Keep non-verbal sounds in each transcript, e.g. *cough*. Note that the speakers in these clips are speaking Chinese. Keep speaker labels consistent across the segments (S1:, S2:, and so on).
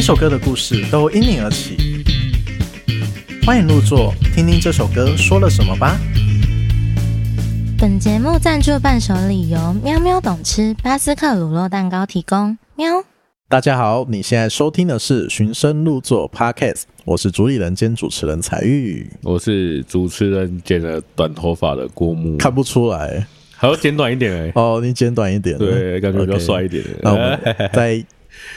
S1: 首歌的故事都因你而起。欢迎入座，听听这首歌说了什么吧。
S2: 本节目赞助伴手礼由喵喵懂吃巴斯克乳酪蛋糕提供。喵，
S1: 大家好，你现在收听的是《寻声入座》Podcast，我是主理人兼主持人彩玉。
S3: 我是主持人剪了短头发的郭木，
S1: 看不出来
S3: 还要剪短一
S1: *laughs*
S3: 点哎、
S1: 哦，你简短一点。
S3: 对，感觉比较
S1: OK
S3: 帅一点、
S1: 那我们再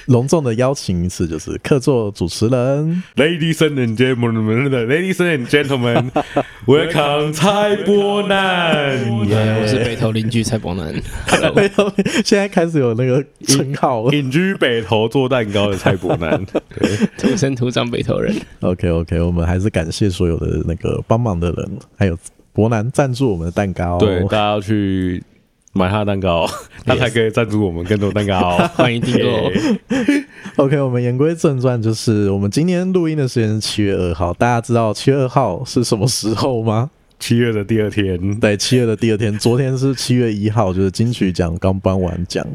S1: 隆重的邀请一次，就是客座主持
S3: *laughs*
S1: 人。
S3: *laughs* Ladies and gentlemen，Ladies and gentlemen，Welcome 蔡波南
S4: 我是北投邻居蔡伯南， *laughs*
S1: 没有，现在开始有那个称号了。
S3: 隐居北投做蛋糕的蔡波南，对
S4: 土生土长北投人。
S1: OK OK，我们还是感谢所有的那个帮忙的人，还有伯南赞助我们的蛋糕。
S3: 对，大家要去买他的蛋糕，他才可以赞助我们更多蛋糕。
S4: 欢迎订
S3: *laughs*
S4: 购
S1: OK，我们言归正传，就是我们今天录音的时间是七月二号，大家知道七月二号是什么时候吗？ *laughs*
S3: 七月的第二天，
S1: 对，七月的第二天，昨天是七月一号，就是金曲奖刚颁完奖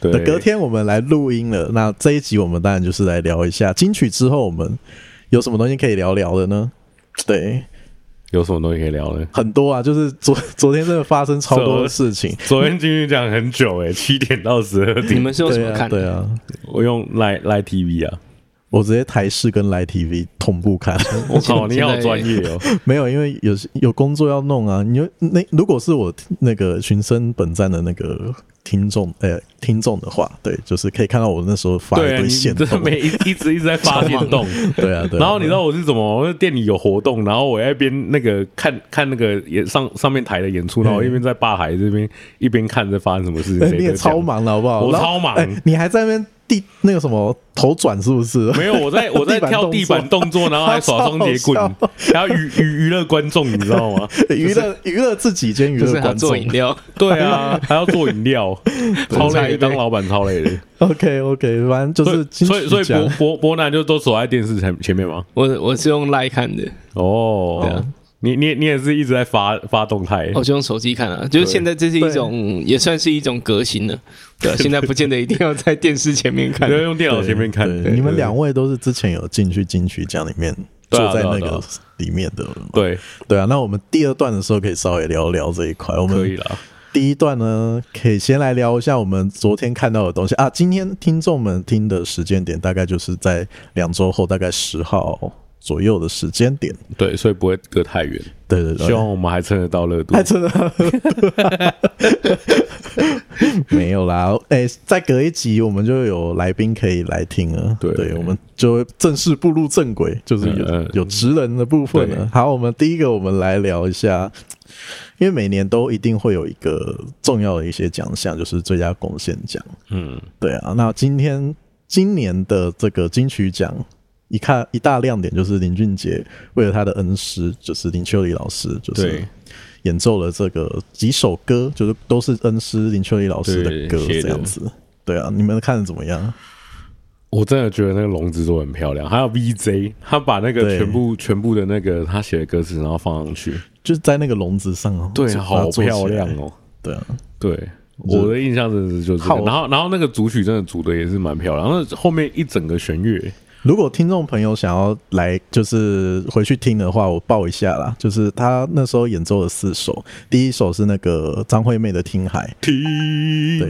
S3: 对
S1: 的隔天，我们来录音了。那这一集我们当然就是来聊一下金曲之后我们有什么东西可以聊聊的呢？对，
S3: 有什么东西可以聊呢？
S1: 很多啊，就是昨 *laughs* 昨天真的发生超多的事情。
S3: 昨天进去讲很久哎、七点到十二
S4: *laughs* 你
S3: 点，
S4: 们是用什
S1: 对
S4: 么
S1: 啊，
S4: 看？
S1: 对
S4: *laughs*
S1: 啊，
S3: 我用来来 TV 啊，
S1: 我直接台视跟来 TV 同步看，
S3: 我靠，你好专业哦、
S1: 没有，因为有有工作要弄啊。你就那如果是我那个寻声本站的那个听众，呃、听众的话，对，就是可以看到我那时候发
S3: 对
S1: 一
S3: 啊，
S1: 堆
S3: 你
S1: 线
S3: 真
S1: 动，
S3: 的 *laughs* 每一一直一直在发电 *laughs* 动，
S1: *laughs* 对啊，对啊。
S3: 然后你知道我是怎么？我店里有活动，然后我在一边那个看看那个演上上面台的演出，然后我一边在吧台这边一边看在发生什么事
S1: 哎
S3: 情。谁
S1: *laughs* 你也
S3: 得奖
S1: 超，忙了，好不好？
S3: 我
S1: *laughs* 然后
S3: 超忙
S1: 哎你还在那边地那个什么头转是不 *laughs* 是？
S3: 没有我在我在
S1: 地板
S3: 跳
S1: 动作
S3: 地板动作，然后还耍
S1: *laughs*
S3: 双节
S1: 超
S3: 棍
S1: 好，
S3: 还要娱娱娱乐观众，你知
S1: *laughs*
S3: 道吗？
S1: 娱乐娱乐自己兼娱
S4: 就是
S1: 乐
S4: 他
S1: 观众
S4: 做。饮 *laughs* 料，
S3: 对啊，还要做饮料，超
S4: 差
S3: 累
S4: 一
S3: 的，
S4: 杯
S3: 当老板超累的。
S1: OK OK，反正就
S3: 所
S1: 是
S3: 以所以所以
S1: 金曲奖
S3: 伯伯伯南就都守在电视前前面吗？
S4: 我我是用 Line 看的，
S3: 哦，
S1: 啊
S3: 你你你也是一直在发发动态，
S1: 哦
S4: 我就用手机看啊。就是现在这是一种，也算是一种革新了。对啊，现在不见得一定要在电视前面看
S3: 你，要用电脑前面看。
S1: 对
S3: 对
S1: 你们两位都是之前有进去金曲奖里面
S3: 对啊
S1: 坐在那
S3: 对啊对
S1: 个
S3: 啊
S1: 里面的人吗
S3: 对，
S1: 对啊，那我们第二段的时候可以稍微聊聊这一块。我
S3: 可以
S1: 们
S3: 了。
S1: 第一段呢，可以先来聊一下我们昨天看到的东西啊。今天听众们听的时间点大概就是在两周后，大概十号左右的时间点。
S3: 对，所以不会隔太远。
S1: 对嗯对对，哎
S3: 希望我们还撑得到热度
S1: 太。真的 *laughs* 没有啦。哎、再隔一集我们就有来宾可以来听了。
S3: 对
S1: 我们就会正式步入正轨，就是有、
S3: 嗯嗯
S1: 有职人的部分
S3: 对
S1: 了。好，我们第一个我们来聊一下，因为每年都一定会有一个重要的一些奖项，就是最佳贡献奖。
S3: 嗯，
S1: 对啊，那今天今年的这个金曲奖，一看一大亮点就是林俊杰为了他的恩师，就是林秋离老师，就是
S3: 对
S1: 演奏了这个几首歌，就是都是恩师林秋离老师的
S3: 对
S1: 歌
S3: 写的
S1: 这样子。对啊，你们看的怎么样？
S3: 我真的觉得那个笼子做得很漂亮，还有 VJ，他把那个
S1: 对
S3: 全部全部的那个他写的歌词，然后放上去，
S1: 就是在那个笼子上哦，
S3: 对，
S1: 把它
S3: 好
S1: 做起来
S3: 漂亮。哦。
S1: 对啊，
S3: 对，我的印象真的是就是这个
S1: 好
S3: 然后然后那个组曲真的组的也是蛮漂亮，那后面一整个弦乐，
S1: 如果听众朋友想要来就是回去听的话，我报一下啦。就是他那时候演奏了四首，第一首是那个张惠妹的《听海》，对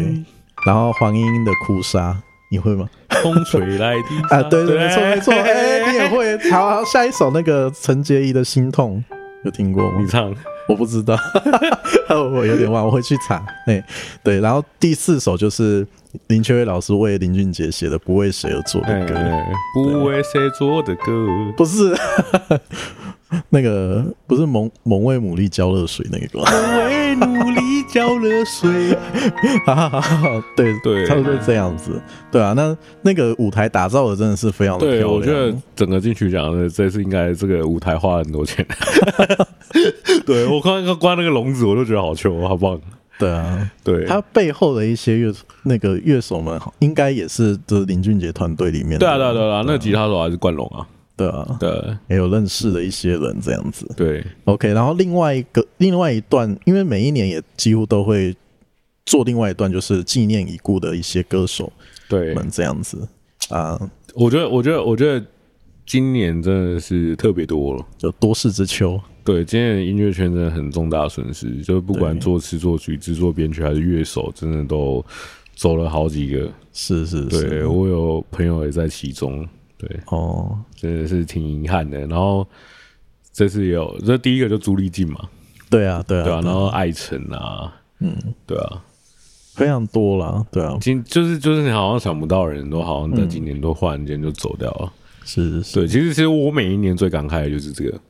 S3: 听，
S1: 然后黄莺莺的《哭砂》，你会吗？
S3: 风吹来的
S1: *laughs* 啊，对对，没错没错，哎、你也会。好，好下一首那个陈洁仪的《心痛》，有听过吗
S3: 你？唱
S1: 我不知道， *laughs* 我有点忘，我会去查。哎、对，然后第四首就是林秋月老师为林俊杰写的《不为谁而作的歌》
S3: 哎不为谁做的歌，
S1: 不是 *laughs* 那个，不是蒙蒙为牡蛎浇热水那个歌。
S3: 不为努力浇了水。
S1: 哈哈哈哈， *laughs* 对
S3: 对
S1: 差不多这样子，对啊，那那个舞台打造的真的是非常的漂
S3: *laughs* 对，
S1: 亮。
S3: 我觉得整个金曲奖的这次应该这个舞台花了很多 *laughs* 钱。对我光光那个笼子，我都觉得好球，好棒。
S1: 对啊，
S3: 对，
S1: 他背后的一些乐那个乐手们，应该也是就是林俊杰团队里面的
S3: 对啊，对啊，对啊，那个吉他手还是冠龙啊。
S1: 对啊，
S3: 对
S1: 也有认识的一些人这样子。
S3: 对
S1: OK，然后另外一个另外一段，因为每一年也几乎都会做另外一段，就是纪念已故的一些歌手
S3: 对
S1: 们这样子。啊，
S3: 我觉得，我觉得，我觉得今年真的是特别多了。
S1: 就多事之秋。
S3: 对，今年的音乐圈真的很重大损失，就是不管
S1: 对
S3: 作词、作曲、制作、编曲还是乐手，真的都走了好几个。
S1: 是是是，
S3: 对我有朋友也在其中，对，
S1: 哦，
S3: 真的是挺遗憾的。然后这次也有，这第一个就朱丽静嘛，
S1: 对啊对啊，
S3: 对啊，然后艾辰啊，嗯，对啊，
S1: 非常多啦，对啊，
S3: 今就是就是你好像想不到的人都好
S1: 嗯
S3: 像在今年都忽然间就走掉了。
S1: 是是，
S3: 对，其实其实我每一年最感慨的就是这个，
S1: 啊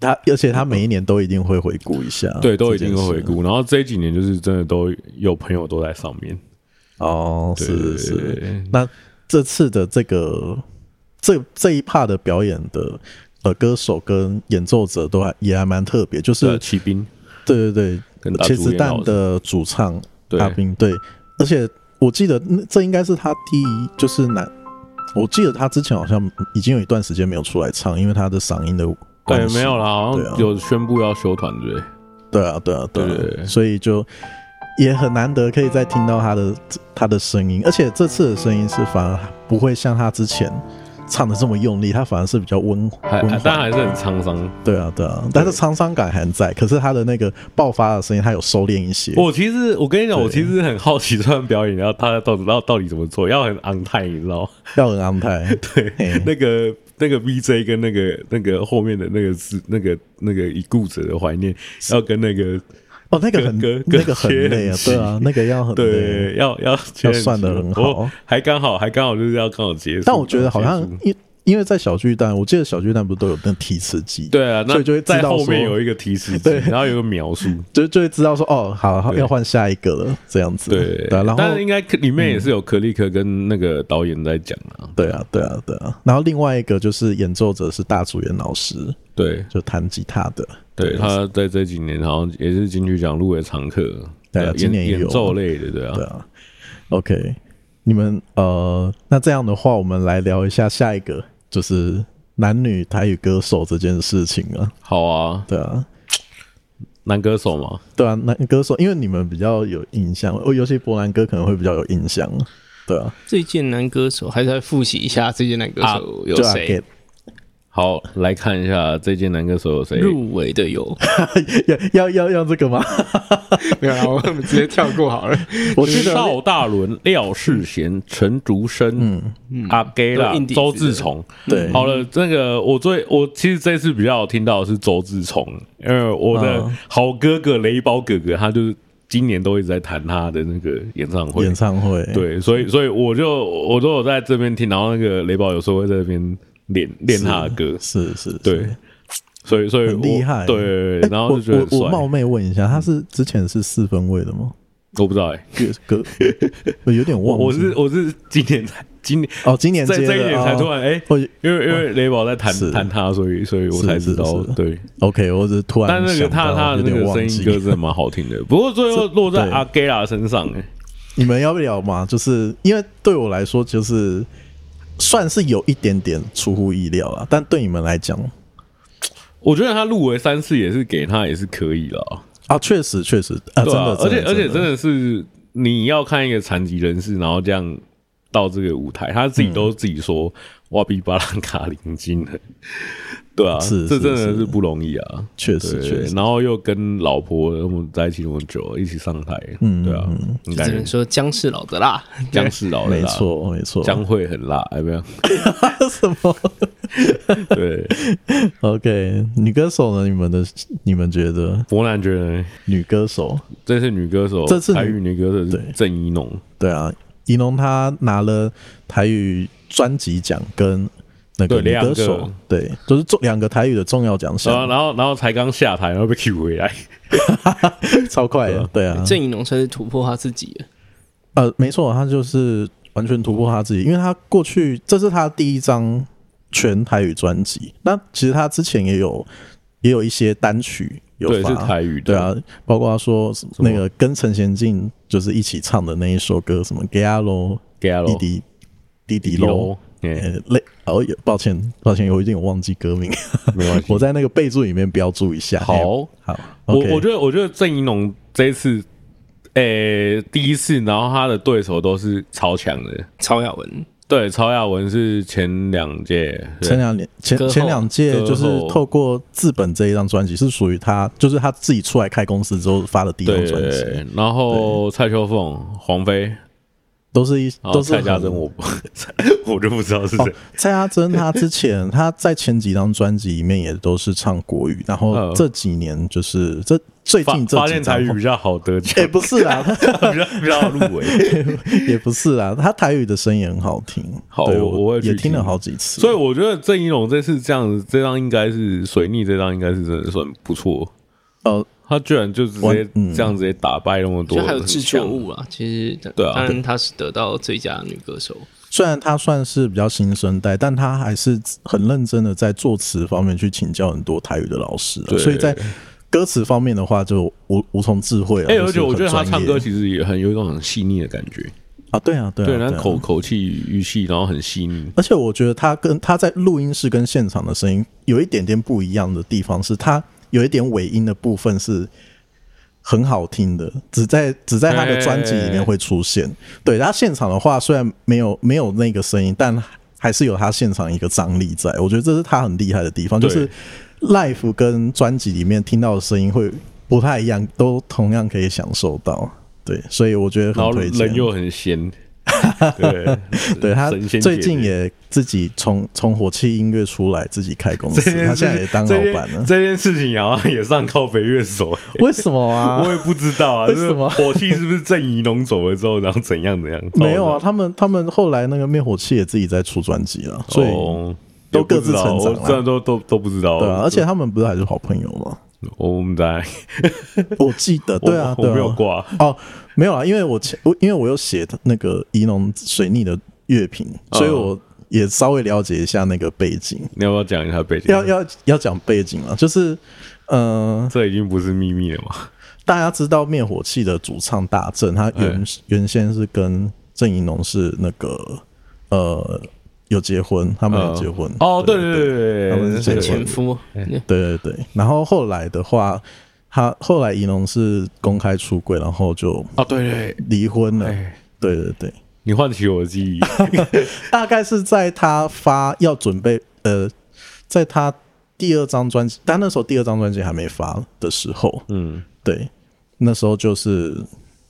S1: 他而且他每一年都一定会回顾一下，
S3: 对，都一定会
S1: 这
S3: 回
S1: 件事啊
S3: 顾。然后这几年就是真的都有朋友都在上面，
S1: 哦，
S3: 对
S1: 是
S3: 对
S1: 是。
S3: 对
S1: 那这次的这个这这一 part 的表演的呃歌手跟演奏者都还也还蛮特别，就是
S3: 对骑兵，
S1: 对对对，
S3: 跟大
S1: 茄
S3: 竹
S1: 子
S3: 叶
S1: 蛋
S3: 老师
S1: 的主唱
S3: 对
S1: 阿斌，对，而且我记得那这应该是他第一，就是男，我记得他之前好像已经有一段时间没有出来唱，因为他的嗓音的关
S3: 对，
S1: 系
S3: 哎没有啦，好
S1: 对啊
S3: 像有宣布要休团队，
S1: 对啊，对啊，对
S3: 对
S1: 啊
S3: 对，对
S1: 所以就也很难得可以再听到他的他的声音，而且这次的声音是反而不会像他之前唱的这么用力，他反而是比较温
S3: 还还
S1: 温
S3: 当
S1: 和。
S3: 然还是很沧桑。
S1: 对啊，对啊，但是沧桑感还在，可是他的那个爆发的声音，他有收敛一些。
S3: 我其实我跟你讲，
S1: 对
S3: 我其实很好奇这段表演，然后他到底到到底怎么做，要很昂泰，你知道吗？
S1: 要人安排，
S3: 对
S1: 嘿，
S3: *laughs* 那个那个 VJ 跟那个那个后面的那个字，那个那个已故者的怀念，要跟那个
S1: 哦，那个很
S3: 隔隔
S1: 那个很累
S3: 隔天
S1: 啊
S3: 很，急
S1: 对啊，那个要
S3: *laughs*
S1: 很累。
S3: 对，要要
S1: 要算得很好
S3: 我还刚好还刚好就是要刚好结束。
S1: 但我觉得好像
S3: 结束
S1: 因因为在小巨蛋，我记得小巨蛋不是都有那提词机，
S3: 对啊，
S1: 所
S3: 那
S1: 以就会知
S3: 在
S1: 道
S3: 后面
S1: 说
S3: 有一个提示机，
S1: 对
S3: 然后有个描述，
S1: 就就会知道说哦，好
S3: 对
S1: 要换下一个了，这样子。
S3: 对，
S1: 啊然后嗯
S3: 但是应该里面也是有克利克跟那个导演在讲啊，
S1: 对啊对啊对啊，然后另外一个就是演奏者是大主演老师，
S3: 对
S1: 就弹吉他的。
S3: 对，他在这几年好像也是金曲奖入围常客，
S1: 对啊今
S3: 演
S1: 年也有
S3: 演奏类的，对啊
S1: 对，啊，OK，你们呃，那这样的话，我们来聊一下下一个就是男女台语歌手这件事情啊。
S3: 好啊，
S1: 对啊，
S3: 男歌手嘛，
S1: 对啊，男歌手，因为你们比较有印象，哦尤其伯南哥可能会比较有印象。对啊，
S4: *laughs* 最近男歌手还是来复习一下最近男歌
S3: 啊
S4: 手有
S1: 就阿
S4: 谁
S1: Gate
S3: 好来看一下这届男歌手有谁。
S4: 入围的有，
S1: *laughs* 要要要要这个
S3: *laughs*
S1: 吗？
S4: *laughs* 没有啦，啊我们直接跳过 *laughs* 好了。
S1: 我记得
S3: 邵大伦、廖世贤、陈竹生、阿 gay 啦
S4: 嗯都硬、底子
S3: 周
S4: 的
S3: 志崇。
S1: 嗯对
S3: 好了，那个我最我其实这次比较有听到的是周志崇，因为我的
S1: 嗯
S3: 好哥哥雷包哥哥，他就是今年都一直在谈他的那个演唱会。
S1: *laughs* 演唱会，
S3: 对，所以所以我就我都有在这边听，然后那个雷宝有时候会在这边练练他的歌，
S1: 是是，
S3: 对
S1: 是。
S3: 所以所以
S1: 很
S3: 我
S1: 厉害
S3: 对对，
S1: 哎
S3: 对然后就觉得
S1: 我
S3: 很
S1: 我
S3: 帅嗯
S1: 我冒昧问一下，他是之前是四分位的吗？
S3: 我不知道哎， *laughs*
S1: 歌，我有点
S3: 我
S1: 忘记。
S3: 我是我是今年才今年
S1: 哦，今年
S3: 在
S1: 接
S3: 这一
S1: 的
S3: 年才突然哎，
S1: 哦
S3: 因为因为雷宝在弹
S1: 是
S3: 弹他，所以所以我才知道
S1: 是是是
S3: 对。
S1: 我 OK，我只是突然
S3: 但那个
S1: 想
S3: 他
S1: 到
S3: 他的
S1: 有
S3: 那
S1: 点
S3: 个声
S1: 忘
S3: 音
S1: 记
S3: 歌真的蛮好听的，不过最后落在
S1: 对
S3: 阿 g a 拉身上哎，
S1: 你们要不要嘛？就是因为对我来说，就是算是有一点点出乎意料啦，但对你们来讲
S3: 我觉得他入围三次也是给他也是可以了，
S1: 啊，确实确实啊，真
S3: 对啊
S1: 的，
S3: 而且而且真
S1: 真的
S3: 的是你要看一个残疾人士，然后这样到这个舞台，他自己
S1: 嗯
S3: 都自己说哇比巴兰卡领金的， *laughs* 对啊，
S1: 是
S3: 这
S1: 是
S3: 真的
S1: 是
S3: 是不容易啊，
S1: 确
S3: 对
S1: 实确实
S3: 然后又跟老婆我们在一起那么久，一起上台，
S1: 嗯
S3: 对啊
S1: 嗯，
S3: 很
S4: 只
S3: 感
S4: 能
S3: 人。
S4: 说姜是老的辣，
S3: 姜是老的
S1: 没
S3: 啦，
S1: 错没错，
S3: 姜会很辣，哎没有，
S1: *laughs* 什么
S3: 对，
S1: ？OK，女歌手呢？你们的你们觉得
S3: 伯南觉得
S1: 女歌手
S3: 这次女歌手，
S1: 这次女
S3: 台语女歌手是
S1: 对
S3: 郑怡农，
S1: 对啊，怡农她拿了台语专辑奖跟那个
S3: 对
S1: 女歌
S3: 两
S1: 手
S3: 个，啊
S1: 对，就是重两个台语的重要奖
S3: 然后
S1: 项，
S3: 然后然后才刚下台，然后被 Q 回来，
S1: 超快的，对啊，
S4: 郑怡农算是突破他自己了。
S1: 呃，没错，他就是完全突破他自己，因为他过去这是他第一张全台语专辑，那其实他之前也有也有一些单曲有
S3: 对，
S1: 发
S3: 是台语的，
S1: 对啊，包括他说那个跟陈贤进就是一起唱的那一首歌，什么 g a l o
S3: 给他咯，
S1: 弟弟弟弟喽，
S3: 哎
S1: 呃，类哦，有抱歉，抱歉，我已经有忘记歌名，
S3: 没关系。
S1: 我在那个备注里面标注一下。
S3: 好，
S1: 嘿
S3: 我
S1: 好，
S3: 我觉
S1: 得
S3: 得我觉得郑怡农这一次，诶、第一次，然后他的对手都是超强的，
S4: 曹雅文
S3: 对，曹雅文是前两届，
S1: 前两年前
S4: 歌后
S1: 前两届
S3: 歌后
S1: 就是透过自本这一张专辑是属于他，就是他自己出来开公司之后发的第一张
S3: 对
S1: 专辑，
S3: 对，然后蔡秋凤、黄飞，
S1: 都是一
S3: 然
S1: 都
S3: 后
S1: 是
S3: 哦蔡家
S1: 很
S3: 珍，我 *laughs* 不我就不知道是
S1: 哦
S3: 谁。，
S1: 蔡阿珍她之前
S3: *laughs*
S1: 她在前几张专辑里面也都是唱国语，然后
S3: 嗯
S1: 这几年就是这最
S3: 发
S1: 近这
S3: 发
S1: 几
S3: 现台
S1: 张哦
S3: 语
S1: 后，
S3: 比较好得奖
S1: *laughs* 也、，不是啦， *laughs*
S3: *laughs* 比较比较好入围，
S1: 也不是啦，她台语的声音很好听，
S3: 好
S1: 对
S3: 我我会去
S1: 也听了
S3: 听
S1: 好几次，
S3: 所以我觉得郑一龙这次这样子，这张应该是水逆，这张应该是真的算不错。
S1: 呃，
S3: 他居然就直
S1: 我
S3: 接
S1: 嗯
S3: 这样直接打败那么多
S4: 就
S3: 人，
S4: 还有制作
S3: 很强
S4: 物啊，其实
S3: 对啊
S4: 当然她是得到最佳女歌手，
S1: 虽然她算是比较新生代，但她还是很认真的在作词方面去请教很多台语的老师啊、
S3: 对
S1: 所以在歌词方面的话就无无从智慧了。啊
S3: 哎、
S1: 就
S3: 而
S1: 是
S3: 且我
S1: 很
S3: 觉得他
S1: 专
S3: 唱
S1: 业
S3: 歌其实也很有一种很细腻的感觉，
S1: 啊，对啊，对啊，
S3: 对，
S1: 啊
S3: 他口口气语气，然后很细腻。
S1: 而且我觉得他跟他在录音室跟现场的声音有一点点不一样的地方是，他有一点尾音的部分是很好听的，只在只在他的专辑里
S3: 哎
S1: 面会出现。对，他现场的话虽然没有没有那个声音，但还是有他现场一个张力在。我觉得这是他很厉害的地方，就
S3: 对
S1: 是 l i f e 跟专辑里面听到的声音会不太一样，都同样可以享受到。对，所以我觉得
S3: 然
S1: 很
S3: 后
S1: 推荐。
S3: 人又
S1: *laughs*
S3: 很仙，对，
S1: 对他
S3: 神仙
S1: 最
S3: 姐
S1: 近
S3: 姐
S1: 也自己从从火气音乐出来，自己开公司
S3: 这，件
S1: 他
S3: 事
S1: 现
S3: 情
S1: 在也当老
S3: 这件
S1: 板了。
S3: 这件事情好像也上靠北乐手，
S1: *laughs* 为什么
S3: 我
S1: 啊？
S3: 也不知道啊，
S1: 为什么
S3: 就是火气是不是郑怡农走了之后，然后怎样怎哦样？
S1: *laughs* 没有啊，，他们他们后来那个灭火器也自己在出专辑了，所以、
S3: 哦
S1: 都各自成长啊
S3: 也不知道我这样都都都不知道。
S1: 对啊，而且他们不是还是好朋友
S3: *laughs*
S1: 吗？
S3: 我我们在，
S1: 我记得，对啊，
S3: 我
S1: 对
S3: 我没有
S1: 啊，
S3: 挂，
S1: 哦，没有啊，因为我前我因为我有写那个怡农水逆的乐评，所以
S3: 嗯
S1: 我也稍微了解一下那个背景。
S3: 你要不要讲一下背景？
S1: 要要要讲背景啊，就是嗯。呃
S3: 这已经不是秘密了嘛？
S1: 大家知道灭火器的主唱大正，他
S3: 哎
S1: 原、原先是跟郑怡农是那个呃有结婚，他们有结婚。
S3: 哦，对对对
S1: 他们是
S3: 对对啊
S1: 前
S3: 对，
S4: 前夫，啊
S1: 对对对。然后后来的话，他后来怡农是公开出柜，然后就
S3: 哦，对对，
S1: 离婚了。
S3: 哎，
S1: 对对对，
S3: 你唤起我的记忆， *laughs*
S1: 大概是在他发要准备呃，在他第二张专辑，但那时候第二张专辑还没发的时候，
S3: 嗯，
S1: 对，那时候就是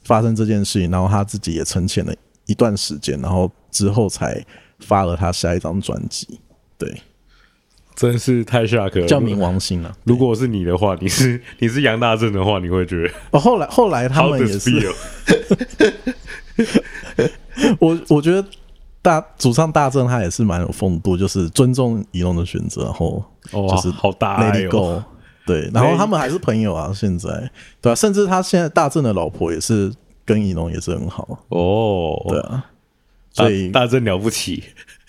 S1: 发生这件事情，然后他自己也沉潜了一段时间，然后之后才发了他下一张专辑，对，
S3: 真是太下课了。
S1: 叫冥王星啊了。
S3: 如果是你的话，你是 *laughs* 你是杨大正的话，你会觉得
S1: 哦，后来后来他
S3: how
S1: 们
S3: does
S1: 也
S3: feel？
S1: *laughs* 是，我我觉得大主唱大正他也是蛮有风度，就是尊重仪龙的选择，然后
S3: 哇
S1: 就是
S3: 好大爱
S1: Let it
S3: 哦
S1: go。对，然后他们还是朋友啊，现在对吧、甚至他现在大正的老婆也是跟仪龙也是很好，
S3: 哦，
S1: 对啊，所以
S3: 大大正了不起，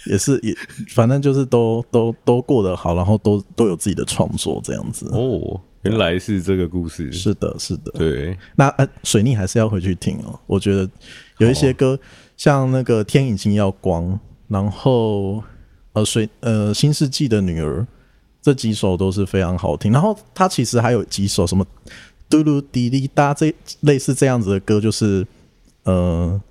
S1: 也是也，反正就是都都都过得好，然后都都有自己的创作这样子。
S3: 哦，原来是这个故事，
S1: 是的，是的。
S3: 对，
S1: 那呃，水逆还是要回去听哦。我觉得有一些歌，像那个《天已经要光》，然后呃水呃《新世纪的女儿》这几首都是非常好听。然后它其实还有几首什么嘟噜滴滴答这类似这样子的歌，就是呃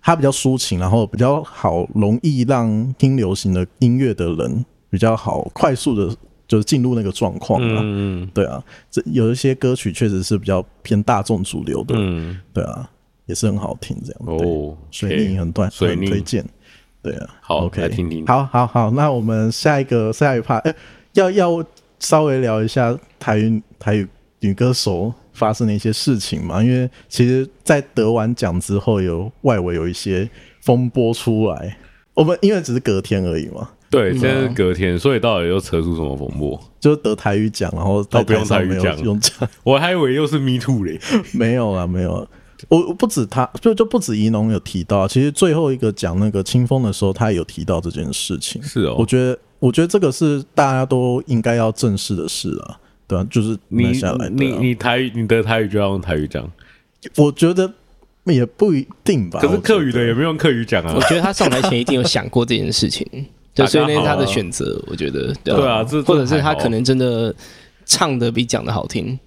S1: 它比较抒情，然后比较好，容易让听流行的音乐的人比较好快速的，就是进入那个状况啊。
S3: 嗯
S1: 对啊，这有一些歌曲确实是比较偏大众主流的，
S3: 嗯，
S1: 对啊，也是很好听这样。对，
S3: 哦，
S1: 水逆啊
S3: OK
S1: 很断，
S3: 水
S1: 很
S3: 逆
S1: 推荐。对啊，
S3: 好
S1: OK，
S3: 来听听
S1: 好好好，那我们下一个下一趴，哎、要要稍微聊一下台语台语女歌手发生的一些事情嘛，因为其实，在得完奖之后，有外围有一些风波出来。我们因为只是隔天而已嘛，
S3: 对，现在
S1: 嗯
S3: 是隔天，所以到底又扯出什么风波？
S1: 就是得台语奖，然后在
S3: 哦不用
S1: 台上
S3: 台语
S1: 没有
S3: 奖
S1: 用奖，
S3: 我还以为又是 Me
S1: *laughs*
S3: Too 嘞，
S1: 没有啊，没有啊。我我不止他，就就不止怡农有提到，其实最后一个讲那个清风的时候，他也有提到这件事情。
S3: 是哦
S1: 我觉得，我觉得这个是大家都应该要正视的事啊，对啊，就是
S3: 你
S1: 拿下来，
S3: 你
S1: 对啊啊
S3: 你台语你的台语就要用台语讲，
S1: 我觉得也不一定吧。
S3: 可是
S1: 我觉得
S3: 客语的也没有用客语讲
S1: *laughs*
S3: 啊
S4: 我。觉得他上台前一定有想过这件
S3: *laughs*
S4: 事情，就所以那是他的选择，我觉得对
S3: 啊对啊这
S4: 或者
S3: 这
S4: 是
S3: 还好
S4: 他可能真的唱的比讲的好听，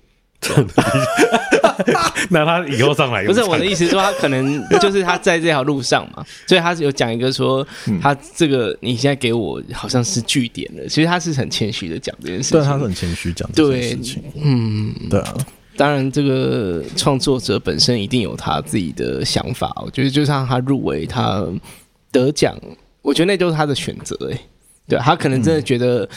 S3: 那他以后上来
S4: 不是我的
S3: 思，*laughs*
S4: 意思，说他可能就是他在这条路上嘛，所以他是有讲一个说
S3: 嗯
S4: 他这个你现在给我好像是据点了，其实他是很谦虚的讲这件事情。
S1: 对，他是很谦虚讲这件事情。嗯，对啊，
S4: 当然，这个创作者本身一定有他自己的想法。我觉得，就像他入围，他得奖，我觉得那就是他的选择。哎，对他可能真的觉得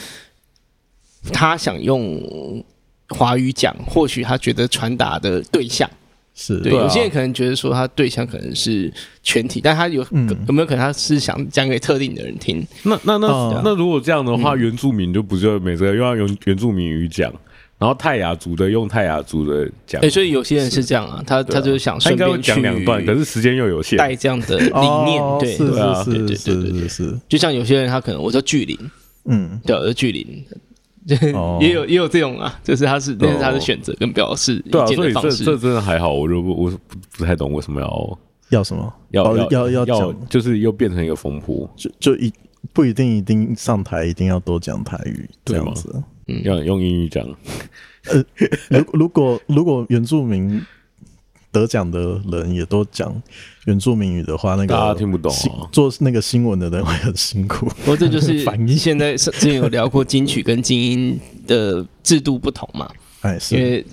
S4: 他想用华语讲，或许他觉得传达的对象，
S1: 是
S4: 对
S3: 对啊
S4: 有些人可能觉得说他对象可能是全体，但他有、有没有可能他是想讲给特定的人听？
S3: 那那那、
S4: 嗯
S1: 哦
S3: 那如果这样的话，原住民就不就每个又要用原住民语讲，然后泰雅族的用泰雅族的讲
S4: 哎、，所以有些人是这样啊，他他就是想
S3: 他
S4: 顺
S3: 应该会
S4: 便
S3: 讲两段，可
S4: 去
S3: 是时间又有限。
S4: 带这样的理念，
S1: 哦
S4: 对。
S1: 是
S3: 对啊
S1: 是
S4: 对对
S1: 是
S4: 对对
S1: 是是是，
S4: 就像有些人他可能我叫巨灵，
S1: 嗯，
S4: 对啊，而巨灵。
S1: 哦
S4: *laughs* 也有也有这种啊，就是他是那是他的选择跟表示意
S3: 对啊，
S4: 见
S3: 所
S4: 的
S3: 以这
S4: 方
S3: 这
S4: 式。
S3: 真的还好，我就不我不不太懂为什么要
S1: 要什么？
S3: 要
S1: 哦要
S3: 要
S1: 讲，
S3: 就是又变成一个风波，
S1: 就就一不一定一定上台一定要多讲台语这
S3: 对吗
S1: 样子。
S4: 嗯
S3: 要用英语讲。
S1: 如如果如果原住民得奖的人也都讲原住民语的话，那个
S3: 大家听不懂啊
S1: 新做那个新闻的人会很辛苦。 *laughs*
S4: 不过这就是
S1: 反应
S4: 现在是之前有聊过金曲跟精英的制度不同嘛，
S1: 哎，
S4: 因
S1: 是
S4: 为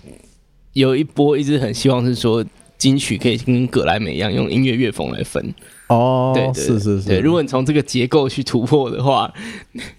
S4: 有一波一直很希望是说金曲可以跟葛莱美一样用音乐乐风来分，
S1: 哦
S4: 对，对
S1: 是是
S4: 对。
S1: 是，
S4: 如果你从这个结构去突破的话，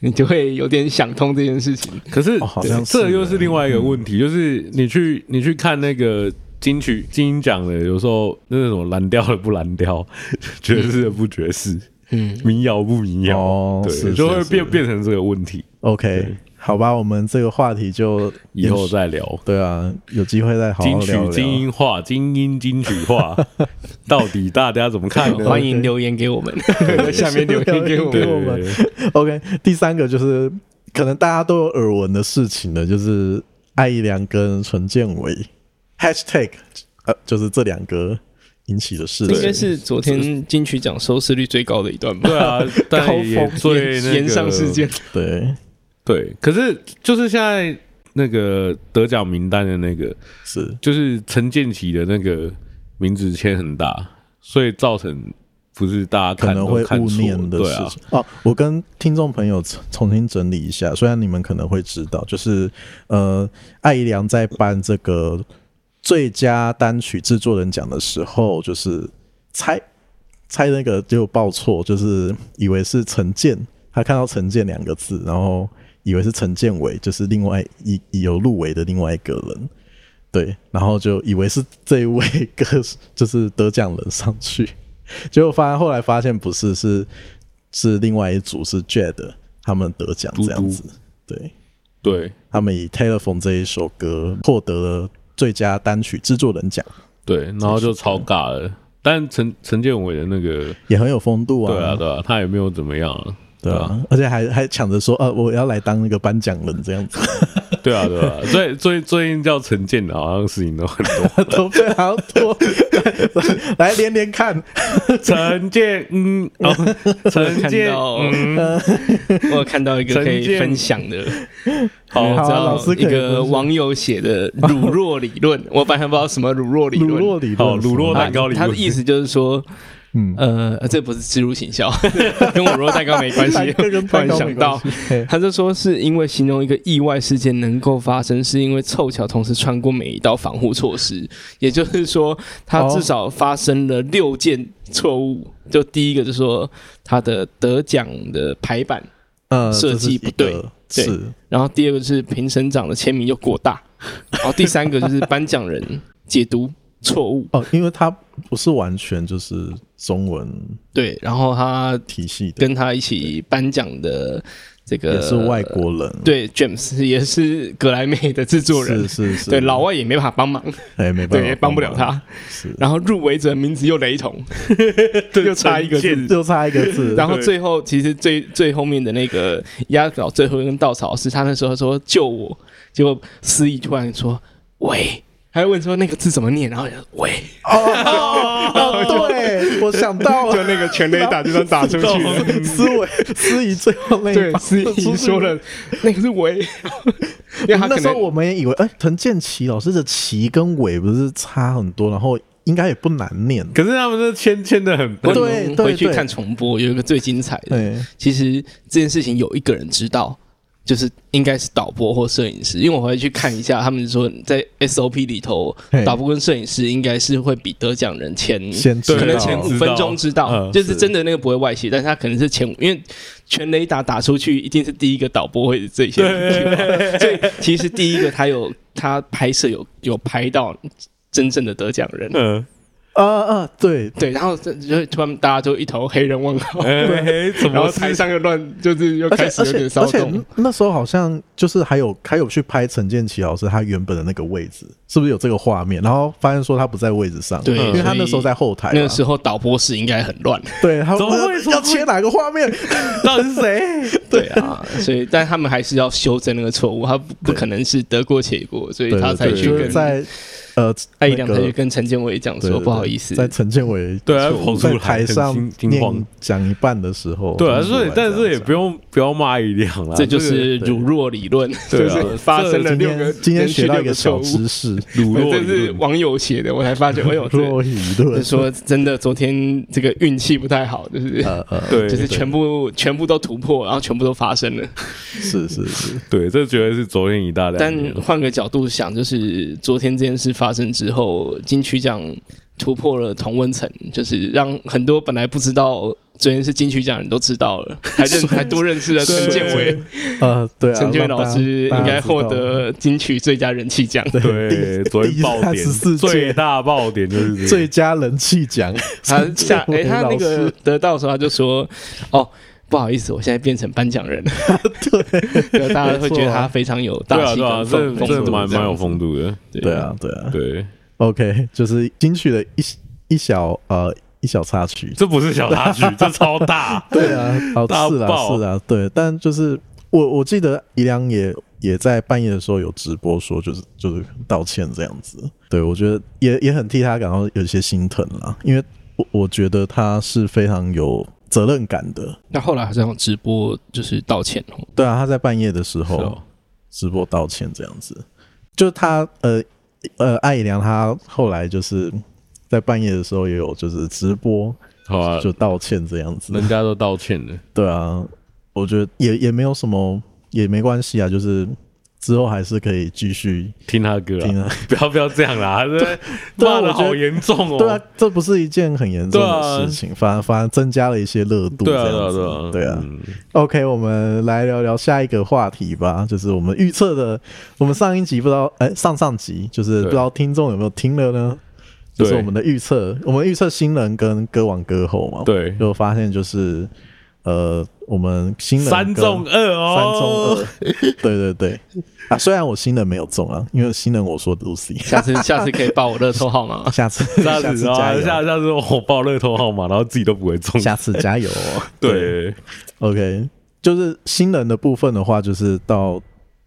S4: 你就会有点想通这件事情。
S3: 可是
S1: 哦好像是嗯
S3: 这又是另外一个问题，就是你去你去看那个金曲金鹰奖的，有时候那种蓝调的不蓝调， *laughs* 爵士的不爵士，
S4: 嗯，
S3: 民谣不民谣，
S1: 哦
S3: 对，
S1: 是是
S3: 就会
S1: 是嗯
S3: 变变成这个问题。
S1: OK，好吧，我们这个话题就
S3: 以后
S1: 延续
S3: 再聊
S1: 对啊，有机会再好好
S3: 金
S1: 聊
S3: 曲
S1: 聊。
S3: 精英化、精英金曲
S1: *laughs*
S3: 化，到底大家怎么看呢？
S4: 欢迎留言给我们， *laughs* 下面留言给我
S1: 对
S4: 们。
S1: 我们 OK，第三个就是可能大家都有耳闻的事情呢，就是艾怡良跟陈建伟 Hashtag，呃，就是这两个引起的事
S4: 应该
S1: 情。
S4: 是昨天金曲奖收视率最高的一段吧？
S3: 对啊，
S1: *laughs* 高
S3: 但
S1: 峰
S3: 也最那
S4: 延上
S3: 个
S4: 事件，
S1: 对，
S3: 对，可是就是现在那个得奖名单的那个，
S1: 是
S3: 就是陈建奇的那个名字签很大，所以造成不是大家
S1: 可
S3: 看
S1: 能会
S3: 都看
S1: 误
S3: 错
S1: 念的
S3: 对
S1: 事
S3: 啊，
S1: 情、哦。我跟听众朋友重重新整理一下，虽然你们可能会知道，就是呃，艾怡良在颁这个最佳单曲制作人奖的时候，就是猜猜那个就报错，就是以为是陈建，他看到陈建两个字，然后以为是陈建伟，就是另外一有入围的另外一个人。对，然后就以为是这一位歌手，就是得奖人上去，结果发现后来发现不是，是是另外一组是 Jade 他们得奖这样子，对
S3: 对
S1: 他们以《Telephone》这一首歌获得了最佳单曲制作人奖，
S3: 对，然后就超尬了。但陈陈建伟的那个，
S1: 也很有风度啊，
S3: 对啊对啊，他也没有怎么样啊，
S1: 对啊，而且还还抢着说，呃，我要来当那个颁奖人这样
S4: *laughs*
S1: 子，
S3: 对啊对啊， *laughs* 最最最近叫陈建的，好像事情都很
S1: *laughs*
S3: 多。
S1: 都非常多， *laughs* 来连连看，
S3: 陈建，嗯，
S1: *laughs*
S3: 哦，陈
S4: 看
S3: 建，
S4: *laughs* 到
S3: 嗯，
S4: 我有看到一个可
S3: 陈
S4: 以
S3: 建
S4: 分享的，
S3: 好
S4: 我知
S1: 好啊老师
S4: 道
S1: 可以
S4: 一个网友写的乳酪理论， *laughs* 我本来还不知道什么乳酪理
S1: 鲁
S4: 论。
S1: 洛理论，
S3: 好鲁洛
S4: 啊
S3: 蛋糕理论
S4: 他的意思就是说，
S1: 嗯
S4: 呃，这不是植入行 *laughs* 销，跟我若蛋糕没关系。
S1: 跟跟
S4: 突 *laughs*
S1: 蛋
S4: 然
S1: 糕
S4: 想
S1: 没关
S4: 到
S1: 系，嘿
S4: 他就说是因为形容一个意外事件能够发生，是因为凑巧同时穿过每一道防护措施，也就是说，他
S1: 哦
S4: 至少发生了六件错误。就第一个就是说他的得奖的排版，
S1: 呃，
S4: 设计不对
S1: 这
S4: 对
S1: 是一个，
S4: 然后第二个就是评审长的签名又过大，然后第三个就是颁奖人解读错误，
S1: 是哦，因为它不是完全就是中文
S4: 对，然后他
S1: 体系的，
S4: 跟他一起颁奖的这个
S1: 也是外国人，
S4: 对 James 也是格莱美的制作人，
S1: 是是是，
S4: 对老外也没办法帮忙，
S1: 哎没办法，
S4: 对，也帮不了，他。
S1: 是，
S4: 然后入围者名字又雷同，又差一个字。
S1: 就差一个字，
S4: 然后最后其实最最后面的那个压倒最后一根稻草是他那时候说救我，结果司仪突然说 *laughs* 喂，还问说那个字怎么念，然后我就说喂，
S1: 哦哦哦对，我想到
S5: 就
S1: 了
S5: 那个全垒打就算打出去
S4: *laughs*
S5: 了。
S1: 思维思怡最后那一
S5: 对
S1: 把，
S5: 思怡说了，那个是尾，因为他
S1: 那
S5: 可
S1: 时候
S5: 能
S1: 我们也以为，哎、藤建奇老师的“奇”跟“尾”不是差很多，然后应该也不难念。
S3: 可是他们这签签的很
S4: 我
S1: 对对对
S4: 回去看重播，有一个最精彩的，
S1: 对，
S4: 其实这件事情有一个人知道，就是应该是导播或摄影师，因为我回去看一下，他们说在 SOP 里头
S1: 嘿，
S4: 导播跟摄影师应该是会比得奖人前
S1: 先知
S3: 对
S1: 道
S4: 可能前五分钟知道，
S3: 知道嗯
S4: 就是
S3: 是
S4: 真的那个不会外泄，但是他可能是前五，因为全雷达打出去一定是第一个导播会最先听到， *laughs* 所以其实第一个他有他拍摄有有拍到真正的得奖人，
S3: 嗯，
S1: 啊啊，对，
S4: 对，然后这就突然大家就一头黑人问号，
S1: *laughs*
S3: 哎， *laughs* 怎
S5: 然
S3: 么
S5: 后台上又乱，就是又
S1: 而且
S5: 开始有点
S1: 而且
S5: 骚
S1: 而且嗯
S5: 动。
S1: 那那时候好像就是还有还有去拍陈建奇老师他原本的那个位置，是不是有这个画面？然后发现说他不在位置上，
S4: 对
S1: 因为他那时候在后台嘛，
S4: 那个时候导播室应该很
S1: *laughs*
S4: 乱，
S1: 对，他呃
S3: 怎么会
S1: 要切哪个画面？
S3: 到底是谁？
S4: *laughs* 对啊，所以但他们还是要修正那个错误，他不不可能是得过且过，所以
S1: 对
S4: 他才
S1: 对对
S4: 去
S1: 就是
S4: 跟
S1: 在呃
S4: 艾怡良
S1: 那
S4: 才
S1: 个
S4: 去跟陈建伟讲
S1: 对
S4: 说
S1: 对
S4: 不好
S1: 对
S4: 意思，
S1: 在陈建伟
S3: 对啊，跑出
S1: 在
S3: 来
S1: 台上
S3: 很惊惊
S1: 念
S3: 慌。
S1: 讲一半的时候，
S3: 对啊，
S1: 他出
S3: 所以
S1: 来
S3: 但
S1: 这
S3: 是
S1: 样
S3: 也不用不要骂一辆啦，
S4: 这就
S3: 个
S4: 是
S1: 对
S4: 辱弱理论，
S3: 对
S5: 就
S3: 啊
S5: 是，发生了
S1: 讲今
S5: 六个
S1: 天今天
S5: 连续
S1: 学到
S5: 六
S1: 一个
S5: 个错误，
S1: 小知
S4: *laughs*
S1: 识，
S3: 鲁洛
S4: 这是网友写的，我才发觉，哎
S1: *laughs*
S4: 呦，
S1: 若
S4: 这
S1: 以
S4: 就
S1: 论
S4: 是说真的，昨天这个运气不太好，就是
S1: 呃呃，
S3: 对，
S4: 就是全部全部都突破，然后全部都发生了。
S1: 是是是，
S3: 对，这绝对啊是昨天一大亮
S4: 但
S3: 点。
S4: 换个角度想，就是昨天这件事发生之后，金曲奖突破了同温层，就是让很多本来不知道昨天是金曲奖的人都知道
S3: *laughs*
S4: 了，还认还多认识了陈建伟，
S1: 呃，对啊，
S4: 陈建伟
S1: 让大
S4: 老
S1: 家
S4: 师应该获。
S1: 大家知道
S4: 得金曲最佳人气
S3: *laughs*
S4: 奖。
S3: 对，昨天爆
S1: 第
S3: 点
S1: 14届
S3: 最大爆点就是这个
S1: 最佳人气奖，
S4: *laughs* 他下哎、
S1: 陈建伟
S4: 他那
S1: 老
S4: 个
S1: 师
S4: 得到的时候，他就说：“哦，不好意思，我现在变成
S3: *laughs*
S4: 颁奖人了。对”大家会觉得他非常有
S3: 对
S4: 大
S3: 啊
S4: 气
S3: 对啊，这
S4: 跟风风
S3: 这
S4: 度，
S3: 蛮蛮有风度的，
S1: 对啊对啊
S3: 对，
S1: ，OK，就是金曲的一一小呃一小插曲，
S3: 这不是小
S1: *laughs*
S3: 插曲，这超大，
S1: 对啊， *laughs* 哦
S3: 大
S1: 是啊
S3: 爆
S1: 是啊，对，但就是我我记得宜良也也在半夜的时候有直播说，就是就是道歉这样子。对我觉得也也很替他感到有些心疼啦，因为我我觉得他是非常有责任感的。
S4: 那后来好像有直播就是道歉哦，
S1: 对啊，他在半夜的时候
S3: 是哦
S1: 直播道歉这样子，就是他呃呃艾怡良他后来就是在半夜的时候也有就是直播
S3: 好啊，
S1: 就道歉这样子。
S3: 人家都道歉了，
S1: 对啊，我觉得也也没有什么，也没关系啊，就是之后还是可以继续
S3: 听他歌
S1: 听啊。
S3: 啊，不要不要这样啦，这
S1: 对啊
S3: 骂的
S1: 我觉得
S3: 好严重哦，
S1: *laughs* 对啊，这不是一件很严重
S3: 对
S1: 的
S3: 啊
S1: 事情，反反而增加了一些热度这
S3: 对啊，对
S1: 样
S3: 啊，
S1: 子。
S3: 对啊，
S1: 对啊
S3: 嗯
S1: OK，我们来聊聊下一个话题吧，就是我们预测的，我们上一集不知道，哎，上上集就是
S3: 对
S1: 不知道听众有没有听了呢？就是
S3: 对
S1: 我们的预测，我们预测新人跟歌王歌后嘛，，
S3: 对，
S1: 就发现就是呃，我们新人
S3: 三
S1: 跟
S3: 中
S1: 三
S3: 二
S1: 中
S3: 哦，
S1: 二， *laughs* 对对对啊！虽然我新人没有中啊，因为新人我说 Lucy，
S4: 下 *laughs* 次下次可以报我乐透号
S1: *laughs*
S4: 码。
S1: 下次哦
S3: 下次
S1: 加
S3: 啊，
S1: 油，
S3: 下下次我报乐透号码，然后自己都不会中。
S1: 下次加油 *laughs* 哦、
S3: 对，
S1: ，OK，就是新人的部分的话，就是到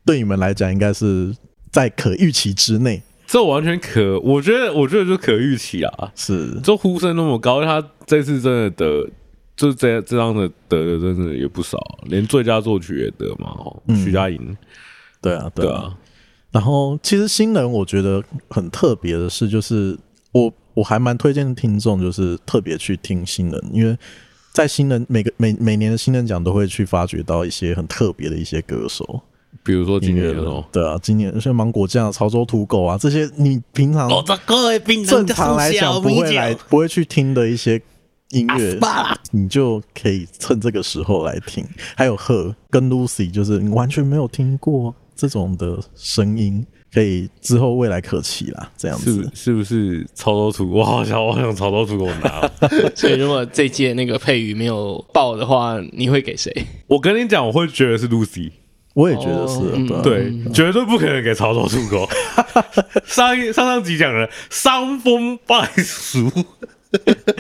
S1: 对你们来讲应该是在可预期之内，
S3: 这完全可，我觉得我觉得就可预期啊，
S1: 是
S3: 这呼声那么高，他这次真的得，就这这样的得的真的也不少，连最佳作曲也得嘛，哦
S1: 嗯
S3: 徐佳莹，
S1: 对啊，
S3: 对
S1: 对啊。
S3: 啊，
S1: 然后其实新人我觉得很特别的是，就是我我还蛮推荐听众就是特别去听新人，因为在新人每个每每年的新人奖都会去发掘到一些很特别的一些歌手。
S3: 比如说今年的
S1: 哦
S3: 哦，，
S1: 对啊，今年像芒果酱、潮州土狗啊这些，你平常
S6: 我这各位病人
S1: 正常来讲不会来不会去听的一些音乐，你就可以趁这个时候来听。还有鹤跟 Lucy，就是你完全没有听过这种的声音，可以之后未来可期啦。这样
S3: 是
S1: 子，
S3: 是不是潮州土？我好想我好想潮州土给我拿哦。
S4: *laughs*
S3: *laughs*
S4: 所以如果这届那个配鱼没有报的话，你会给谁？
S3: 我跟你讲，我会觉得是 Lucy，
S1: 我也觉得是
S4: 哦嗯，
S1: 啊
S3: 对，绝对不可能给潮州土 *laughs* 狗。上一上上集讲了伤风败俗，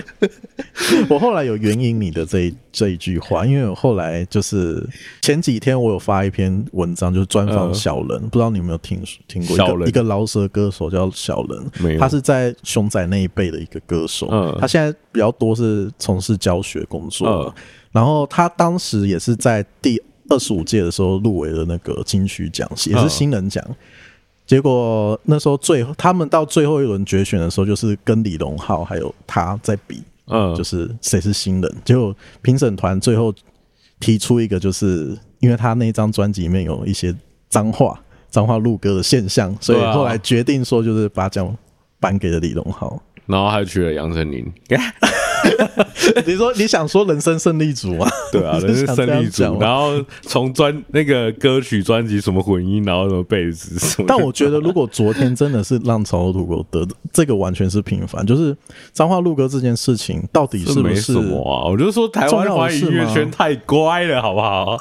S3: *laughs*
S1: 我后来有援引你的这一这一句话，因为我后来就是前几天我有发一篇文章，就是专访小人，不知道你有没有听听过
S3: 嗯小
S1: 一
S3: 人
S1: 个一个饶舌歌手叫小人，
S3: 没有
S1: 他是在熊仔那一辈的一个歌手，
S3: 嗯
S1: 他现在比较多是从事教学工作，
S3: 嗯
S1: 然后他当时也是在第二十五届的时候入围了那个金曲奖，也是
S3: 嗯
S1: 新人奖。结果那时候最后他们到最后一轮决选的时候，就是跟李荣浩还有他在比，
S3: 嗯，
S1: 就是是谁是新人。结果评审团最后提出一个，就是因为他那张专辑里面有一些脏话、脏话录歌的现象，所以
S3: 对啊
S1: 后来决定说就是把奖颁给了李荣浩。
S3: *laughs* 然后还娶了杨丞琳，
S1: 你说你想说人生胜利组吗？
S3: 对 *laughs* 啊，
S1: *laughs*
S3: 人
S1: 你
S3: 是
S1: 想这
S3: 胜
S1: 样
S3: 利
S1: 讲
S3: 组，
S1: 吗
S3: 然后从专那个歌曲专辑什么混音，然后什么贝斯什么，
S1: *laughs* 但
S3: *laughs*
S1: 我觉得，如果昨天真的是浪潮路狗得，这个完全是平凡，就是脏话录歌这件事情到底
S3: 这
S1: 是不
S3: *laughs* 没
S1: 是
S3: 什么啊，我就说台湾华语音乐
S1: 重要的是
S3: 圈
S1: 吗
S3: 太乖了，好不好？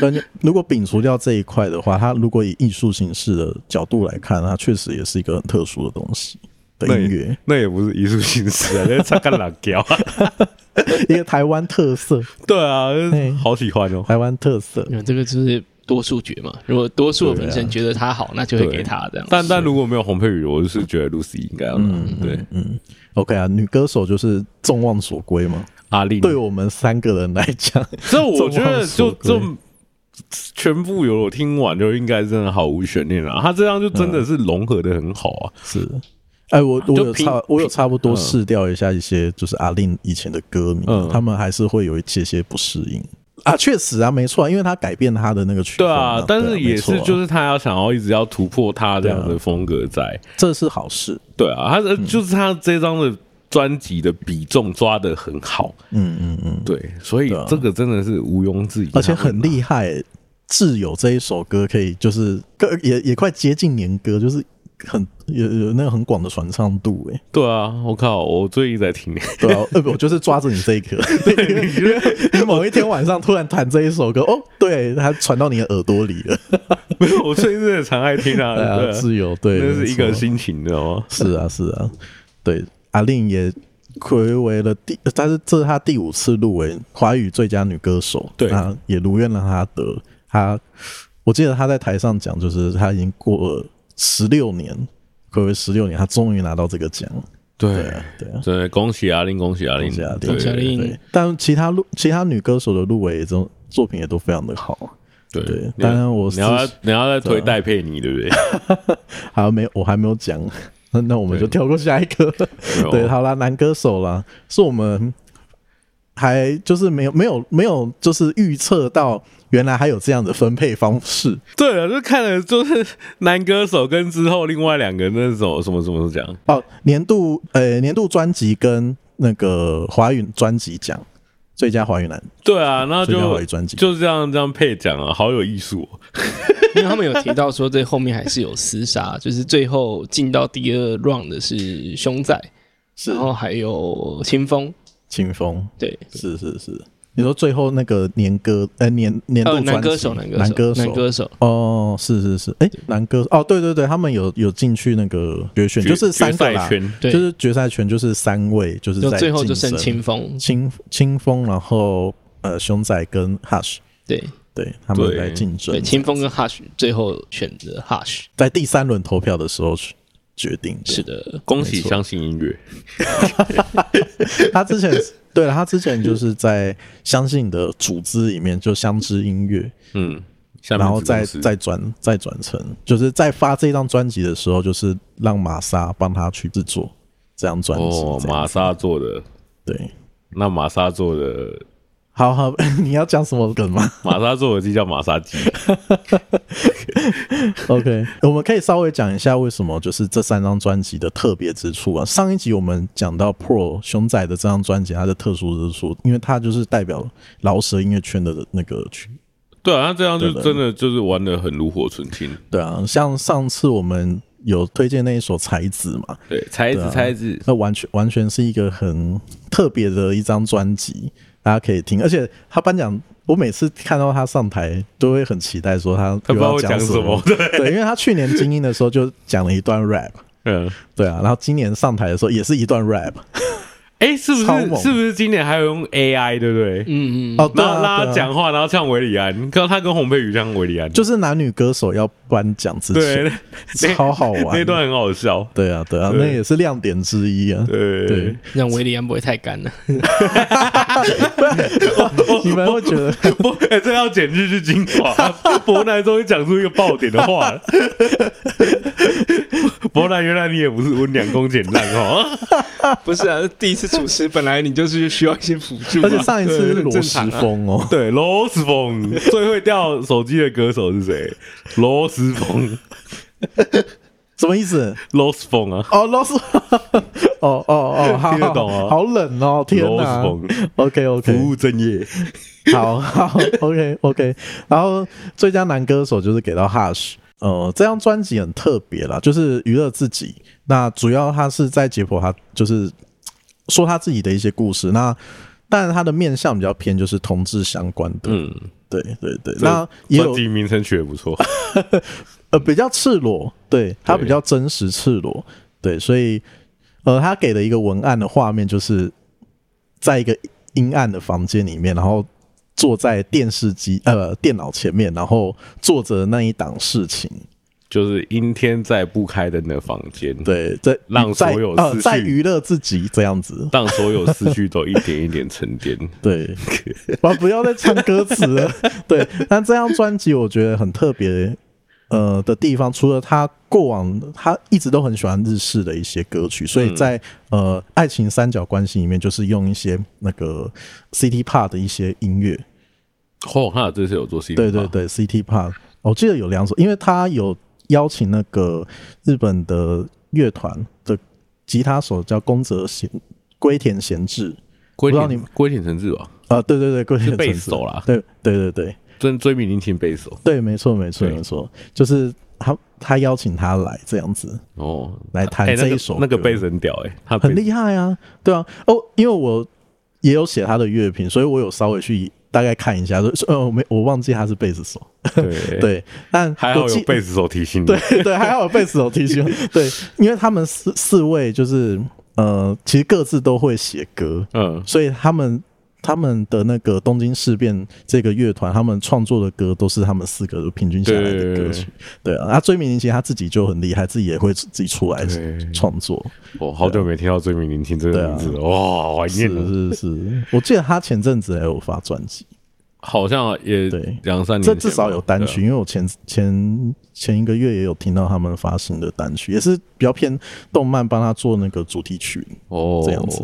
S1: 但如果摒除掉这一块的话，它如果以艺术形式的角度来看，它确实也是一个很特殊的东西的
S3: 那
S1: 音
S3: 哎也
S1: 乐，
S3: 那也不是艺术形式啊， *laughs* 那唱干辣椒啊，
S1: 一个台湾特
S3: *laughs*
S1: 色，
S3: 对啊
S1: 嘿，
S3: 好喜欢哦。
S1: 台湾特色。
S4: 因为这个就是多数决嘛。如果多数的评审觉得他好，那就会
S3: 对
S4: 给他这样。
S3: 但但如果没有洪佩宇，我是觉得 Lucy 应该要拿。对，
S1: OK 啊，女歌手就是众望所归嘛。
S3: 阿丽，
S1: 对我们三个人来讲，
S3: 这我觉得就
S1: 众
S3: 就
S1: 望所
S3: 全部有我听完就应该真的毫无悬念了。他这样就真的是融合的很好啊。
S1: 是，哎，我我
S3: 就
S1: 有
S3: 平
S1: 差，我有差不多
S3: 嗯
S1: 试掉一下一些就是阿令以前的歌迷，
S3: 嗯
S1: 他们还是会有一些些不适应啊。确实啊，没错啊，因为他改变他的那个曲风
S3: 对
S1: 啊
S3: 啊，，但是也
S1: 没
S3: 是
S1: 错啊
S3: 就是他要想要一直要突破他这样
S1: 对啊
S3: 的风格在。
S1: 这是好事，
S3: 对啊，他的就是他这张的专辑的比重抓的很好，
S1: 嗯嗯嗯，
S3: 对，所以
S1: 对啊
S3: 这个真的是啊毋庸置疑，
S1: 而且很厉害、挚友》这一首歌可以就是歌也也快接近年歌，就是很有有那个很广的传唱度、哎，
S3: 对啊，我靠，我最近在听， *laughs*
S1: 对啊， *laughs* 呃，不我就是抓着你这一颗，你某一天晚上突然弹这一首歌，哦，对，它传到你的耳朵里
S3: *laughs*
S1: 了，
S3: 没有，我最近真的常爱听啊，
S1: *laughs* 对啊，
S3: 对啊
S1: 挚友》对，
S3: 那是一
S1: 没
S3: 个
S1: 错
S3: 心情，你知道吗？
S1: 是啊，是啊，对，阿令也暌违了第，但是这是她第五次入围华语最佳女歌手，
S3: 对
S1: 啊，也如愿让她得。她，我记得她在台上讲，就是她已经过了十六年，暌违十六年，她终于拿到这个奖。对
S3: 对
S1: 啊，对啊。
S3: 真的恭喜阿令，恭喜阿令，
S1: 恭喜阿令
S3: 对
S4: 恭喜阿令
S1: 对，但其他录其他女歌手的入围这种作品也都非常的好，
S3: 对
S1: 对
S3: 你
S1: 当然我
S3: 你要
S1: 是
S3: 你要再推
S1: 对啊
S3: 戴佩妮，对不对？
S1: 还没有我还没有讲，那那我们就
S3: 对
S1: 跳过下一个。
S4: 哦
S3: 没
S1: *laughs* 对，
S3: 有，
S1: 好啦，男歌手啦，是我们还就是没有没有没有就是预测到原来还有这样的分配方式，
S3: 对了，就看了就是男歌手跟之后另外两个那种什么什么奖，
S1: 哦，年度呃年度专辑跟那个华语专辑奖最佳华语男
S3: 对啊，那
S1: 最佳
S3: 就
S1: 华语专辑，
S3: 就这样这样配奖啊，好有艺术哦，
S4: 因为他们有提到说，这后面还是有厮杀，就是最后进到第二 round 的是熊仔，
S1: 是
S4: 然后还有清风，
S1: 清风，
S4: 对，
S1: 是是是，你说最后那个年歌呃年年度
S4: 呃，
S1: 专辑、
S4: 男歌手，男歌手，
S1: 男歌
S4: 男歌手，
S1: 哦，是是是，哎、男歌手哦，对对对，他们有有进去那个决选，
S3: 决
S1: 就是三
S3: 决
S1: 个
S3: 赛
S1: 啦，
S3: 圈，
S4: 对，
S1: 就是决赛圈就是三位，就是
S4: 就
S1: 在
S4: 最后就
S1: 竞
S4: 剩
S1: 争
S4: 清风，
S1: 清清风，然后呃熊仔跟 Hush，
S4: 对
S1: 对他们
S3: 对
S1: 来竞争
S4: 对，，清风跟 Hush 最后选择 Hush，
S1: 在第三轮投票的时候去决定的。
S4: 是的，
S3: 恭喜
S1: 没错
S3: 相信音乐，
S1: *laughs* 他之前对了，他之前就是在相信的组织里面，就相知音乐，
S3: 嗯，下面
S1: 然后
S3: 子公
S1: 再
S3: 司
S1: 再转再转成，就是在发这张专辑的时候，就是让玛莎帮他去制作这张专辑。
S3: 哦，
S1: 这样
S3: 玛
S1: 子
S3: 莎做的，
S1: 对，
S3: 那玛莎做的，
S1: 好好， *laughs* 你要讲什么梗吗？
S3: 玛莎做的鸡叫玛莎鸡， *laughs*
S1: OK，我 *laughs* 们可以稍微讲一下为什么就是这三张专辑的特别之处啊。上一集我们讲到 Pro 熊仔的这张专辑，它的特殊之处，因为它就是代表饶舌音乐圈的那个曲。
S3: 对啊，那这样就
S1: 对的
S3: 真的就是玩的很炉火纯青，
S1: 对啊，像上次我们有推荐那一首《才子》嘛，
S3: 对，才
S1: 对
S3: 子
S1: 啊
S3: 才子，
S1: 那完全完全是一个很特别的一张专辑，大家可以听。而且他颁奖，我每次看到他上台，都会很期待说他
S3: 他不知道
S1: 又
S3: 会
S1: 要
S3: 讲什么，对，
S1: 对，因为他去年精英的时候就讲了一段 rap。
S3: 嗯，
S1: 对啊，然后今年上台的时候也是一段 rap，
S3: 哎、是不
S1: 超
S3: 是
S1: 猛
S3: 是不是今年还有用 AI，对不对？
S4: 嗯嗯，
S1: 哦，对
S3: 然后
S1: 啊
S3: 拉
S1: 对
S3: 他
S1: 啊
S3: 讲话，然后像韦礼安，跟他跟洪佩瑜像韦礼安，
S1: 就是男女歌手要颁奖 *laughs* 之
S3: 对
S1: 前，
S3: 那
S1: 超好玩。
S3: 那段很好笑，
S1: 对啊，对啊，
S3: 对
S1: 那也是亮点之一啊。
S3: 对 *laughs*
S1: 对，
S4: 让维里安不会太干了。
S1: 你们会觉
S3: *laughs*
S1: 得
S3: 不，哎、这要剪日日精华。 *laughs* 伯南终于讲出一个爆点的话了。 *laughs* 伯南，原来你也不是温良恭俭让
S1: *laughs*
S3: 哦。
S4: 不是啊，第一次主持，本来你就是需要一些辅助
S1: 而且上一次是罗时
S4: 常啊。
S1: 峰哦，
S3: 对，罗斯风最会掉手机的歌手是谁？罗斯风，
S1: 什么意思？
S3: 罗斯风啊，
S1: 哦，罗斯，哦哦哦，好
S3: 听得懂哦
S1: 好冷哦，天
S3: 罗斯
S1: 哪
S3: 风，
S1: ！OK OK，
S3: 不务正业。
S1: *laughs* 好好，OK OK。然后最佳男歌手就是给到 Hush。呃，这张专辑很特别啦，就是娱乐自己。那主要他是在解剖他，就是说他自己的一些故事。那但他的面向比较偏就是同志相关的，
S3: 嗯，
S1: 对对对。
S3: 这
S1: 那也
S3: 专
S1: 有
S3: 辑名称取得不错。
S1: 呃比较赤裸，对他比较真实赤裸，对，所以呃他给的一个文案的画面就是在一个阴暗的房间里面，然后坐在电视机呃电脑前面，然后做着那一档事情，
S3: 就是阴天再不开灯的房间，，
S1: 对，在
S3: 让所有
S1: 在呃
S3: 思绪
S1: 在娱乐自己这样子，
S3: 让所有思绪都一点一点沉淀。
S1: *laughs* 对，我不要再唱歌词了。 *laughs* 对，但这张专辑我觉得很特别，呃的地方，除了他过往他一直都很喜欢日式的一些歌曲，所以在、呃爱情三角关系里面，就是用一些那个 City Pop 的一些音乐，
S3: 哦，他这次有做 CD，
S1: 对对对，City Pop，我记得有两首，因为他有邀请那个日本的乐团的吉他手叫宫泽贤龟田贤治。
S3: 龟
S1: 不知道你
S3: 田龟田诚志哦吧，
S1: 啊、对对对，龟田
S3: 是贝
S1: 诚
S3: 斯
S1: 司
S3: 手啦
S1: 对对对对，
S3: 追追名林琴贝哦手
S1: 对，没错，没错，
S3: 对
S1: 没错，就是他他邀请他来这样子
S3: 哦，
S1: 来弹
S3: 哎那
S1: 这
S3: 个
S1: 一首歌、
S3: 那个贝斯很屌哎、他贝
S1: 很厉害啊，对啊，哦，因为我也有写他的乐评，所以我有稍微去大概看一下，就是呃，我没我忘记他是贝斯手，
S3: 对，
S1: 对，但
S3: 还
S1: 我
S3: 好有
S1: 记
S3: 贝斯手提醒你。
S1: 对对，还好有贝斯手提醒我，对，因为他们四四位就是呃，其实各自都会写歌，
S3: 嗯，
S1: 所以他们。他们的那个东京事变这个乐团，他们创作的歌都是他们四个平均下来的歌曲。对啊，那追名林其实他自己就很厉害，自己也会自己出来
S3: 对
S1: 创作。
S3: 我哦好久没听到追名林琴这个名字了，哇，怀
S1: 啊是
S3: 念哦了，
S1: 是是，我记得他前阵子还有发专辑，
S3: 好像也
S1: 对
S3: 两三年
S1: 这
S3: 前吧，
S1: 至啊少有单曲，
S3: 对啊。
S1: 因为我前前前一个月也有听到他们发行的单曲，也是比较偏动漫帮他做那个主题曲。
S3: 哦，
S1: 这样子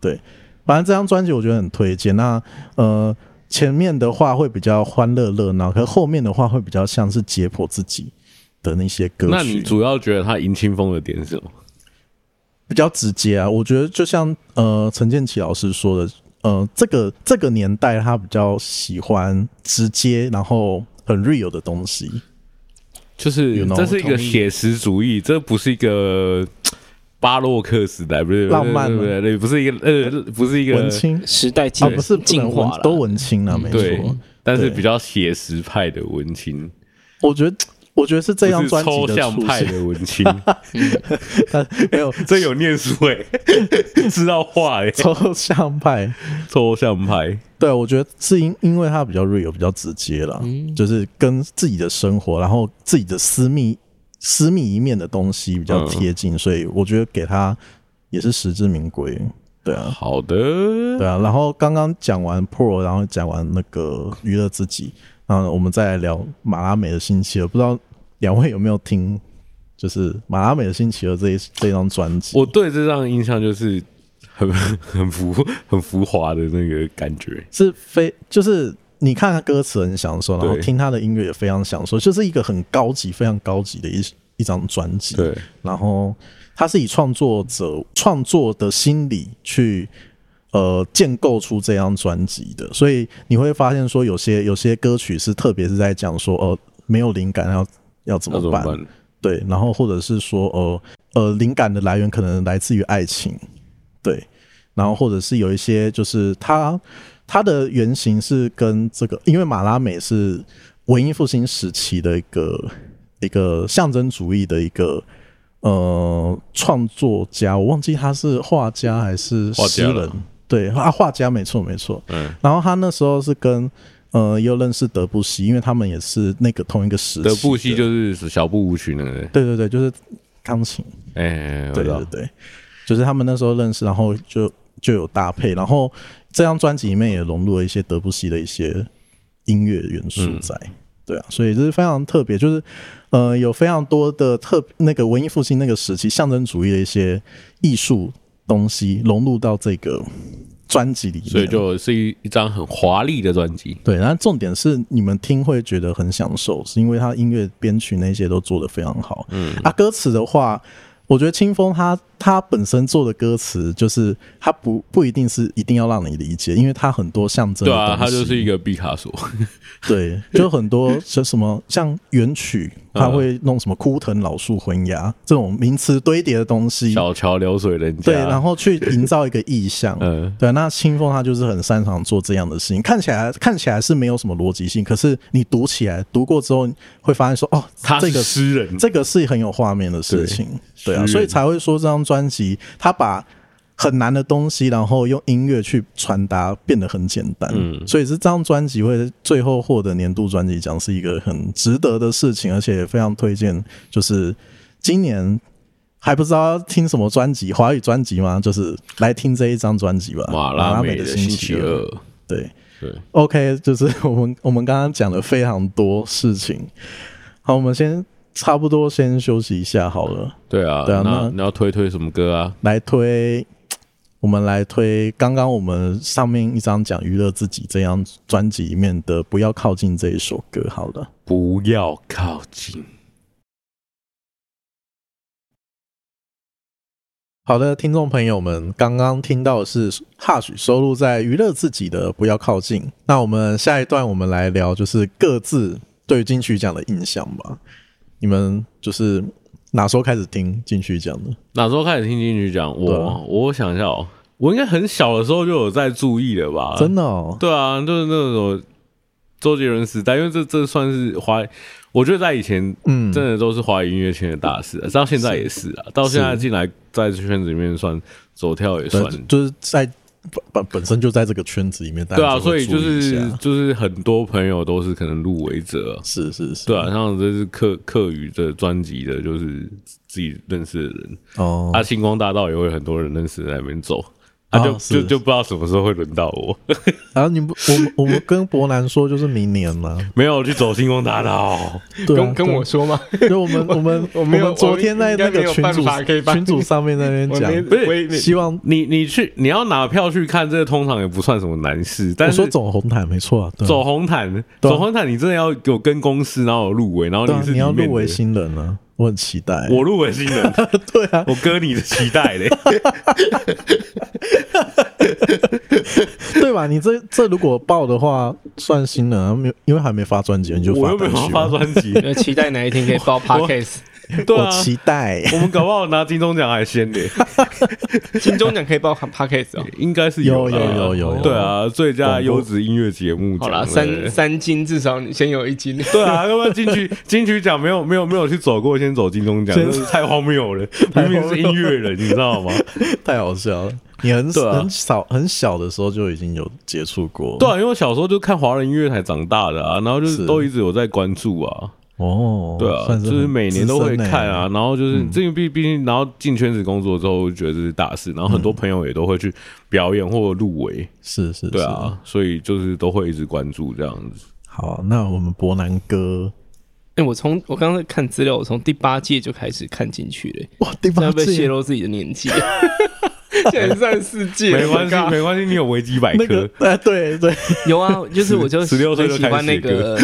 S1: 对，反正这张专辑我觉得很推荐。那呃，前面的话会比较欢乐热闹，可是后面的话会比较像是解剖自己的那些歌曲。
S3: 那你主要觉得他迎清风的点是什么？
S1: 比较直接啊。我觉得就像呃陈建奇老师说的，呃，这个这个年代他比较喜欢直接，然后很 real 的东西。
S3: 就是
S1: You know，
S3: 这是一个
S1: 同意
S3: 写实主义，这不是一个巴洛克时代，不是
S1: 浪漫
S3: 不
S1: 吗
S3: 对，对不是一个呃，不是一个
S1: 文青
S4: 时代进
S1: 啊，不是不
S4: 进
S1: 能
S4: 化
S1: 文
S4: 了，
S1: 都文青了、没
S3: 嗯对
S1: 错。，
S3: 但是
S1: 对
S3: 比较写实派的文青，
S1: 我觉得我觉得是这张
S3: 不是
S1: 专辑
S3: 抽
S1: 的
S3: 象
S1: 出
S3: 派
S1: 现，
S3: 的文青， *laughs*
S1: 没有
S3: 这有念书哎、 *laughs* 知道画哎、
S1: 抽象派。
S3: 抽象派，
S1: 对，我觉得是因因为它比较 real，比较直接啦，就是跟自己的生活，然后自己的私密私密一面的东西比较贴近，所以我觉得给他也是实至名归。对啊，
S3: 好的，
S1: 对啊。然后刚刚讲完 Pro，然后讲完那个娱乐自己，然后我们再来聊马拉美的星期二。不知道两位有没有听，就是马拉美的星期二这一这张专辑？
S3: 我对这张印象就是很 *laughs* 很浮很浮华的那个感觉，
S1: 是非就是你看他歌词很享受，然后
S3: 对
S1: 听他的音乐也非常享受，就是一个很高级、非常高级的一一张专辑。，
S3: 对，
S1: 然后他是以创作者创作的心理去。呃，建构出这张专辑的，所以你会发现说，有些有些歌曲是特别是在讲说，呃，没有灵感要要怎
S3: 那怎
S1: 么
S3: 么
S1: 办？
S3: 办？
S1: 对，然后或者是说，呃呃，灵感的来源可能来自于爱情，对，然后或者是有一些就是它它的原型是跟这个，因为马拉美是文艺复兴时期的一个一个象征主义的一个呃创作家，我忘记他是画家还是
S3: 画
S1: 诗
S3: 家了
S1: 人，对，啊，画家没错没错。
S3: 嗯，
S1: 然后他那时候是跟呃又认识德布西，因为他们也是那个同一个时期的。
S3: 德布西就是小步舞曲那个，
S1: 对对对，就是钢琴，
S3: 哎，我
S1: 对
S3: 知道
S1: 对对，就是他们那时候认识，然后就就有搭配，然后这张专辑里面也融入了一些德布西的一些音乐元
S3: 嗯
S1: 素在。对啊，所以这是非常特别，就是呃，有非常多的特那个文艺复兴那个时期象征主义的一些艺术东西融入到这个专辑里面，
S3: 所以就是一一张很华丽的专辑。
S1: 对，然后重点是你们听会觉得很享受，是因为他音乐编曲那些都做得非常好。嗯，啊，歌词的话，我觉得清风他他本身做的歌词，就是他不不一定是一定要让你理解，因为他很多象征
S3: 对
S1: 的
S3: 啊，他
S1: 东西
S3: 就是一个毕卡索，
S1: 对，就很
S3: *laughs*
S1: 多像什么像原曲，
S3: 嗯
S1: 他会弄什么枯藤老树昏鸦这种名词堆叠的东西，
S3: 小桥流水人家。
S1: 对，然后去营造一个意象。
S3: *laughs* 嗯
S1: 对，那清风他就是很擅长做这样的事情，看起来看起来是没有什么逻辑性，可是你读起来读过之后，会发现说哦，
S3: 他
S1: 这
S3: 是
S1: 个
S3: 诗人，
S1: 这个是很有画面的事情，对
S3: 诗
S1: 啊，
S3: 人
S1: 所以才会说这张专辑他把很难的东西，然后用音乐去传达，变得很简单。
S3: 嗯
S1: 所以是这张专辑会最后获得年度专辑奖，是一个很值得的事情，而且也非常推荐。就是今年还不知道要听什么专辑，华语专辑吗？就是来听这一张专辑吧，《
S3: 马拉
S1: 美
S3: 美的
S1: 星
S3: 星期
S1: 二》。
S3: 二，
S1: 对
S3: 对
S1: ，OK，就是我们我们刚刚讲了非常多事情。好，我们先差不多先休息一下好了，
S3: 对啊，
S1: 对啊那
S3: 那你要推推什么歌啊？
S1: 来推，我们来推刚刚我们上面一张讲娱乐自己这张专辑里面的《不要靠近》这一首歌好了。
S3: 不要靠近。
S1: 好的，听众朋友们，刚刚听到的是 Hush 收录在《娱乐自己的不要靠近》。那我们下一段我们来聊，就是各自对金曲奖的印象吧。你们就是哪时候开始听金曲奖的？
S3: 哪时候开始听进去讲？
S1: 对
S3: 我
S1: 啊
S3: 我想一下哦，我应该很小的时候就有在注意了吧？
S1: 真的哦，
S3: 对啊，就是那种周杰伦时代，因为这这算是华，我觉得在以前
S1: 嗯，
S3: 真的都是华语音乐圈的大事，到现在也是啊，到现在进来在这圈子里面算走跳也
S1: 对
S3: 算。
S1: 就是在本本本身就在这个圈子里面，大
S3: 对
S1: 家
S3: 啊，所以
S1: 会
S3: 就
S1: 注意一
S3: 是
S1: 下
S3: 就是很多朋友都是可能入围者，
S1: 是是是，
S3: 对啊，像这是客客语的专辑的，就是自己认识的人，
S1: 哦，
S3: 啊，星光大道也会有很多人认识在那边走，啊，就、
S1: 哦是
S3: 就就不知道什么时候会轮到我， *laughs*
S1: 然啊后你不，我们我们跟伯南说就是明年了，
S3: 没有我去走星光大道，
S1: 对啊
S5: 跟跟我说
S1: *laughs*
S5: 吗？
S1: 就我
S3: *laughs*
S1: 们我们
S5: 我没有
S1: 们昨天在那
S5: 我应该没
S1: 个
S5: 有
S1: 群
S5: 办
S1: 主
S5: 法可以帮
S1: 群主上面那
S3: *laughs*
S1: 边
S5: 我没
S1: 讲，
S3: 不是
S5: 我也没
S1: 希望
S3: 你你去你要拿票去看，这个通常也不算什么难事，但
S1: 我
S3: 是
S1: 说走红毯没错啊，对啊
S3: 走红毯，
S1: 对啊
S3: 走红毯，你真的要有跟公司，然后有入围，然后
S1: 对啊，
S3: 是
S1: 你
S3: 里
S1: 要
S3: 面
S1: 入围
S3: 的，
S1: 新人啊，我很期待。
S3: 我入围新人，
S1: *laughs* 对啊，
S3: 我割你的脐带
S1: *laughs*
S3: 嘞，
S1: 对吧？你这这如果报的话，算新人啊，没有因为还没发专辑，你就
S3: 我
S1: 发
S3: 又没
S1: 单
S3: 有
S1: 曲
S3: 发
S1: 嘛。
S3: 专辑， *laughs*
S4: 呃期待哪一天可以 *laughs* 报 podcast。
S3: 对啊
S1: 我，期待
S3: 我们搞不好拿金钟奖还先嘞，
S5: 金钟奖可以
S4: *laughs*
S5: 报 podcast 哦。
S3: 应该是
S1: 有
S3: 啦
S1: 有有有有
S3: 对啊，最佳
S1: 广播
S3: 优质音乐节目
S5: 好
S3: 奖
S5: 啦，
S3: 了，
S5: 三三金至少你先有一金。
S3: 对啊，要不然金
S1: *laughs*
S3: 曲金曲奖没有没有没有去走过，先走金钟奖，
S1: 真
S3: 真是太荒
S1: *laughs*
S3: 谬了，明
S1: 荒谬
S3: 明是音乐人，你知道
S1: *laughs*
S3: 吗？
S1: 太好笑了。你很、
S3: 对啊
S1: 很少很小的时候就已经有接触过，
S3: 对啊，因为我小时候就看华人音乐台长大的啊，然后就是
S1: 是
S3: 都一直有在关注啊。
S1: 哦，
S3: 对啊，
S1: 算是
S3: 就
S1: 很
S3: 是每年都
S1: 资
S3: 会
S1: 深欸
S3: 看啊，然后就是这个毕毕竟，然后进圈子工作之后，我就觉得这是大事，然后很多朋友也都会去表演或入围，
S1: 是嗯是，
S3: 对
S1: 是
S3: 啊，所以就是都会一直关注这样子。
S1: 好，那我们伯南哥，
S4: 哎、我从我刚刚在看资料，我从第八届就开始看进去了，
S1: 哇，第
S4: 这
S1: 八
S4: 样被泄
S1: 届
S4: 露自己的年 *laughs* 纪。
S5: 现在算世界，
S3: 没关
S5: Oh
S4: *laughs*
S3: 系
S5: my，god
S3: 没关系，你有维基百
S1: 那
S3: 科
S1: 个，，哎，对对，
S4: 有啊，就是我就
S3: 16岁
S4: 很
S3: 就
S4: 喜欢那个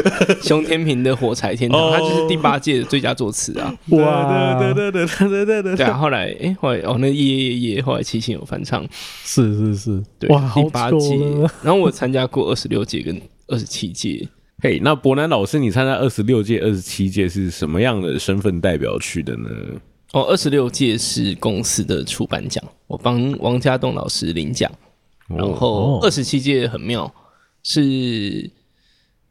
S4: 熊天平的《火柴天堂》，
S1: 哦
S4: 他就是第八届的最佳作词啊。
S1: 哇，
S3: 对对对对对
S1: *laughs*
S3: 对对
S4: 对
S3: 对
S4: 啊，后来哎、后来哦，那夜夜夜，后来七星有翻唱，
S1: 是是是，
S4: 对，
S1: 哇，好
S4: 第八届
S1: 久了，。
S4: 然后我参加过二十六届跟二十七届，
S3: 嘿，那伯南老师，你参加二十六届、二十七届是什么样的身份代表去的呢？
S4: 哦，二十六届是公司的出版奖，我帮王家栋老师领奖。然后
S1: 哦
S4: 二十七届很妙，是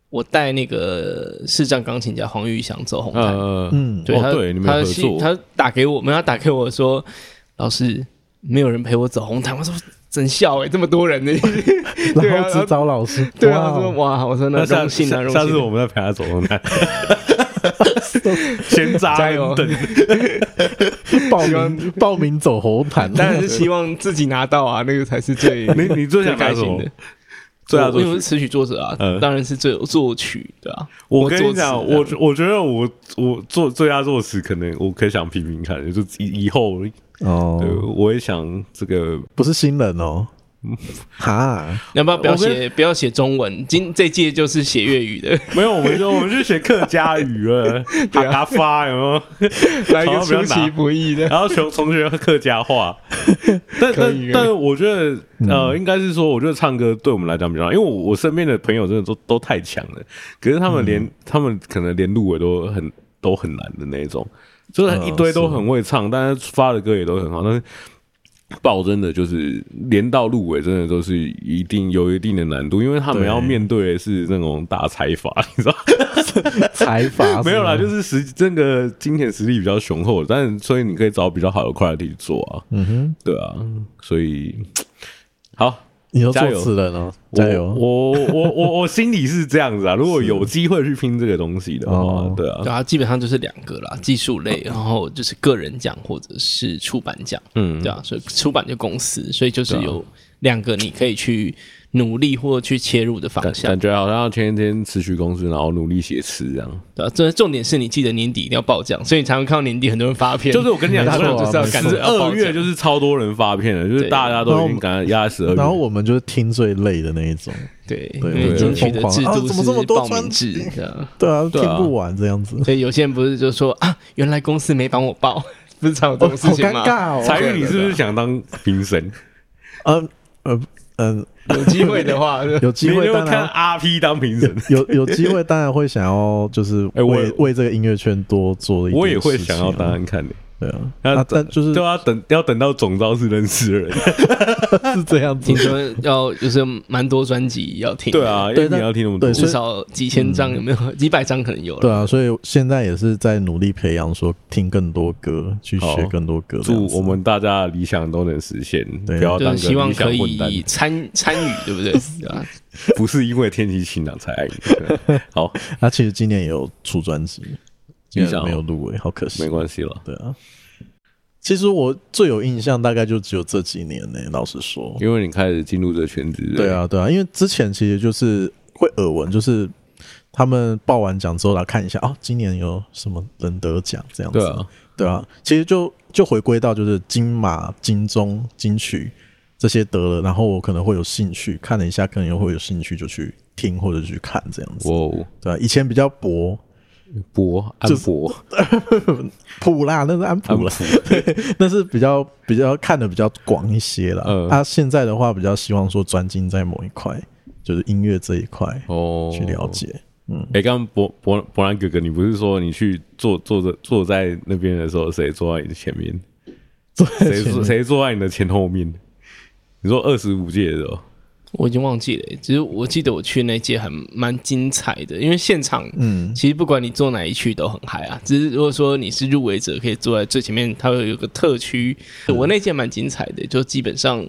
S4: 我带那个视障钢琴家黄玉祥走红毯，
S3: 呃，
S1: 嗯，
S4: 对
S3: 哦
S4: 他，
S3: 对你们有
S4: 他
S3: 合
S4: 信
S3: 作
S4: 他打给我们，他打给我说，老师没有人陪我走红毯，我说真笑哎、这么多人呢，对
S1: 然
S3: 呃
S4: 啊
S1: 后只找老师，
S4: 对
S1: 哇
S4: 啊，我说哇，我说那
S3: 哦那下
S4: 荣幸啊，
S3: 下
S4: 荣
S3: 下次
S4: 幸
S3: 我
S4: 啊。
S3: 们再陪他走红毯，先扎
S4: 加油
S3: 等
S4: *laughs*
S1: 报名报名走红毯，
S4: *laughs* 当然是希望自己拿
S3: *laughs*
S4: 到啊，那个才是最
S3: 你你最想拿
S4: 开
S3: 什
S4: 心
S3: 么
S4: 的？。
S3: 最佳
S4: 我因为我
S3: 作
S4: 是
S3: 曲，
S4: 词曲作者啊，
S3: 嗯
S4: 当然是最有作曲的啊。
S3: 我跟你
S4: 作词
S3: 讲，
S4: 的啊
S3: 我我觉得我我做最佳作词，可能我可以想拼拼看，就以以后
S1: 哦
S3: 对，，我也想这个
S1: 不是新人哦，哈，
S4: 要不要不要
S3: 我跟
S4: 写不要写中文？今这届就是写粤语的，
S3: 没有，我们就我们就学客家语了，打
S4: 啊
S3: 打发有没有？
S4: *laughs* 来一个
S3: 好不要
S4: 出
S3: 拿
S4: 其不意的。
S3: 然后从从学客家话，但
S4: 可以可嗯
S3: 但
S4: 以
S3: 但我觉得呃，应该是说，我觉得唱歌对我们来讲比较好，因为我我身边的朋友真的都都太强了，可是他们
S4: 嗯
S3: 连、他们可能连入围都很都很难的那种，就是
S4: 哦
S3: 一堆都很会唱，但是发的歌也都很好，但是。爆真的就是连到入围，真的都是一定有一定的难度，因为他们
S1: 对
S3: 要面对的是那种大财阀，你知道吗
S1: 财阀
S3: *laughs* 没有啦，就是是实这个金钱实力比较雄厚，但是所以你可以找比较好的 quality 做啊，
S1: 嗯哼，
S3: 对啊，所以好，
S1: 你要
S3: 加
S1: 作
S3: 油
S1: 词人哦，
S3: 我
S1: 加油，
S3: 我我我我心里是这
S1: *laughs*
S3: 样子啊，如果有机会去拼这个东西的话
S1: 哦，
S3: 对啊
S4: *laughs* 对，啊，基本上就是两个啦，技术类，然后就是个人奖或者是出版奖，
S3: 嗯
S4: 对，啊，所以出版就公司，所以就是
S3: 对啊
S4: 有两个你可以去努力或去切入的
S3: 感
S4: 方向
S3: 感，觉好像要天天持续公司，然后努力写词这
S1: 嗯
S3: 样。
S4: 对啊，这重点是你记得年底一定要报奖，所以你才会看到年底很多人发片，
S3: 就是我跟你讲，
S1: 没
S3: 他
S1: 错啊
S3: 就是要
S1: 没
S3: 十
S1: 错
S3: 二月就是超多人发片了，就是
S4: 对
S3: 大家都已经赶压十二
S1: 然后
S3: 月。
S1: 我们就是听最累的那一种，
S4: 对，因
S1: 对
S4: 为
S3: 对
S4: 金曲的制
S1: 啊
S4: 度
S1: 怎么这么
S4: 是
S1: 多
S4: 报名
S1: 专
S4: 制
S1: 辑
S4: 的，
S1: 对啊，听
S3: 对啊
S1: 不完这样子，
S4: 所以有些人不是就说啊，原来公司没帮我报，不是常有这
S1: 哦，
S4: 种
S1: 好
S4: 事情
S1: 尴
S4: 吗？
S1: 尬哦，
S3: 才玉，你是不是想当评审？
S1: 呃呃嗯，
S4: 有机会的话，
S1: 有
S3: 你
S1: 机
S3: 有没
S1: 会
S3: 有
S1: 当
S3: 看
S1: 然啊
S3: RP 当
S1: *laughs*
S3: 评审？
S1: 有有机会当然会想要就是
S3: *laughs* 哎我
S1: 为为这个音乐圈多做一点
S3: 我也会
S1: 事情
S3: 想
S1: 啊
S3: 要当当看的。
S1: 对啊，
S3: 那
S1: 啊但就是
S3: 都要等，要等到总招是认识的人。
S1: *laughs*
S3: 啊
S1: 是这样子
S4: 听，说要就是蛮多专辑要听，
S3: *laughs* 对，啊，因
S1: 对
S3: 为你
S1: 但
S3: 要听那么多
S1: 对，
S4: 至少几千张有没有？几百张可能有
S1: 嗯对
S4: 了。
S1: 啊，所以现在也是在努力培养说听更多歌，去
S3: 好
S1: 学更多歌这样
S3: 祝
S1: 子，
S3: 我们大家的理想都能实现，
S1: 对啊
S3: 不要
S4: 就
S3: 当
S4: 是
S3: 个
S4: 希望
S3: 理想
S4: 可
S3: 混蛋。 *laughs*
S4: 以参参与，
S1: *laughs*
S4: 对不对？对啊，
S3: 不是因为天气晴朗才爱你。 *laughs* 好，
S1: 他啊其实今年也有出专辑，今
S3: 想哦
S1: 年没有入围，好可惜
S3: 没。关系了，
S1: 对啊，其实我最有印象大概就只有这几年呢、老实说，
S3: 因为你开始进入这圈子。
S1: 对，啊，对啊，因为之前其实就是会耳闻，就是他们报完奖之后来看一下，哦，今年有什么人得奖这样子。
S3: 对啊，
S1: 对啊，其实就就回归到就是金马、金钟、金曲这些得了，然后我可能会有兴趣看了一下，可能又会有兴趣就去听或者去看这样子。
S3: 我
S1: 对啊，以前比较薄
S3: 博安
S1: 就是
S3: 博
S1: 普啦，那是安
S3: 安
S1: 普
S3: 博
S1: 啦，， *laughs* 那是比较比较看的比较广一些啦。
S3: 嗯
S1: 啊，现在的话比较希望说专精在某一块，就是音乐这一块
S3: 哦，
S1: 去了。解。 *laughs*
S3: 哎，刚刚博博博兰哥哥，你不是说你去坐坐着坐在那边的时候，谁坐在你的前面？
S1: 所
S3: 谁
S1: *laughs*
S3: 坐
S1: 以
S3: 谁坐在你的前后面？你说二十五届的时候，
S4: 我已经忘记了、只是我记得我去那届还蛮精彩的，因为现场
S1: 嗯，
S4: 其实不管你坐哪一区都很嗨啊。只是如果说你是入围者，可以坐在最前面，它会有个特区。我那届蛮精彩的，就基本上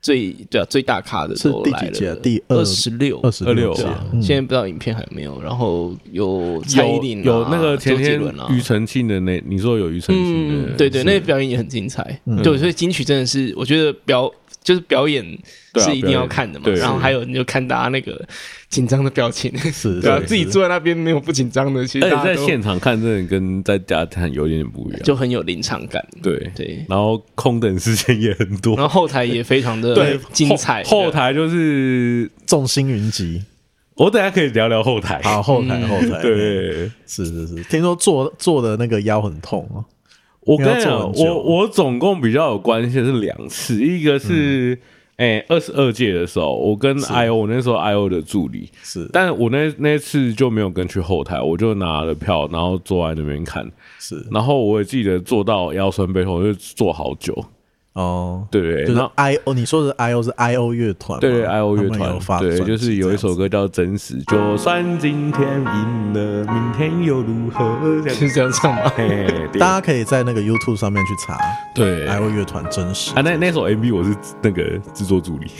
S4: 最对啊最大咖的
S1: 是
S4: 都
S1: 第
S4: 来
S1: 几
S4: 了，
S1: 届啊第二
S4: 二十六
S1: 二十
S3: 26
S1: 届
S4: 对
S3: 届
S4: 啊，
S1: 嗯
S4: 现在不知道影片还有没有。然后有蔡依林啊、
S3: 有有那个前
S4: 周杰
S3: 天
S4: 伦啊，
S3: 庾澄庆的那，你说有庾澄庆的，
S4: 嗯，对对，
S3: 是
S4: 那个表演也很精彩。
S1: 嗯
S4: 对，所以金曲真的是，我觉得表就是表演
S3: 对啊
S4: 是一定要看的嘛。
S3: 表演对
S4: 然后还有你就看大家那个紧张的表情，
S1: 是，
S4: *laughs* 对啊，
S1: 是
S4: 自己
S1: 是
S4: 坐在那边没有不紧张的，其实
S3: 而且
S4: 大家
S3: 哎在
S4: 都
S3: 现场看真的跟在家看有一点点不一样，
S4: 就很有临场感。
S3: 对。
S4: 对，
S3: 然后空等时间也很多，
S4: 然后后台也非常的
S3: 对
S4: 精彩。
S3: 后后台就是
S1: 众星云集，
S3: 我等一下可以聊聊后台，
S1: 好后台后台，
S3: 嗯对。
S1: 是是是，听说坐坐的那个腰很痛哦。
S3: 我跟你
S1: 因为要
S3: 讲，
S1: 做很久哦
S3: 我我总共比较有关系的是两次，一个是
S1: 嗯
S3: 哎二十二届的时候，我跟 I O 我那时候 I O 的助理，
S1: 是，
S3: 但我那那次就没有跟去后台，我就拿了票，然后坐在那边看，
S1: 是
S3: 然后我也记得坐到腰酸背痛，我就坐好久，
S1: 哦，
S3: 对对
S1: 就
S3: 对，
S1: 是
S3: 然后
S1: I O，你说的 I O 是 I O 乐团吗，
S3: 对对 I O 乐
S1: 他们有发
S3: 团，对，
S1: 专辑
S3: 就是有一首歌叫《真实》，就算今天赢了，明天又如何？
S1: *laughs*
S3: 这样
S4: 是这样唱吗？
S3: 嘿
S1: 这
S3: 嘿
S1: 样子，
S3: 对
S1: 大家可以在那个 YouTube 上面去查
S3: 对
S1: I O 乐团真实
S3: 啊，，那那首 MV 我是那个制作助理，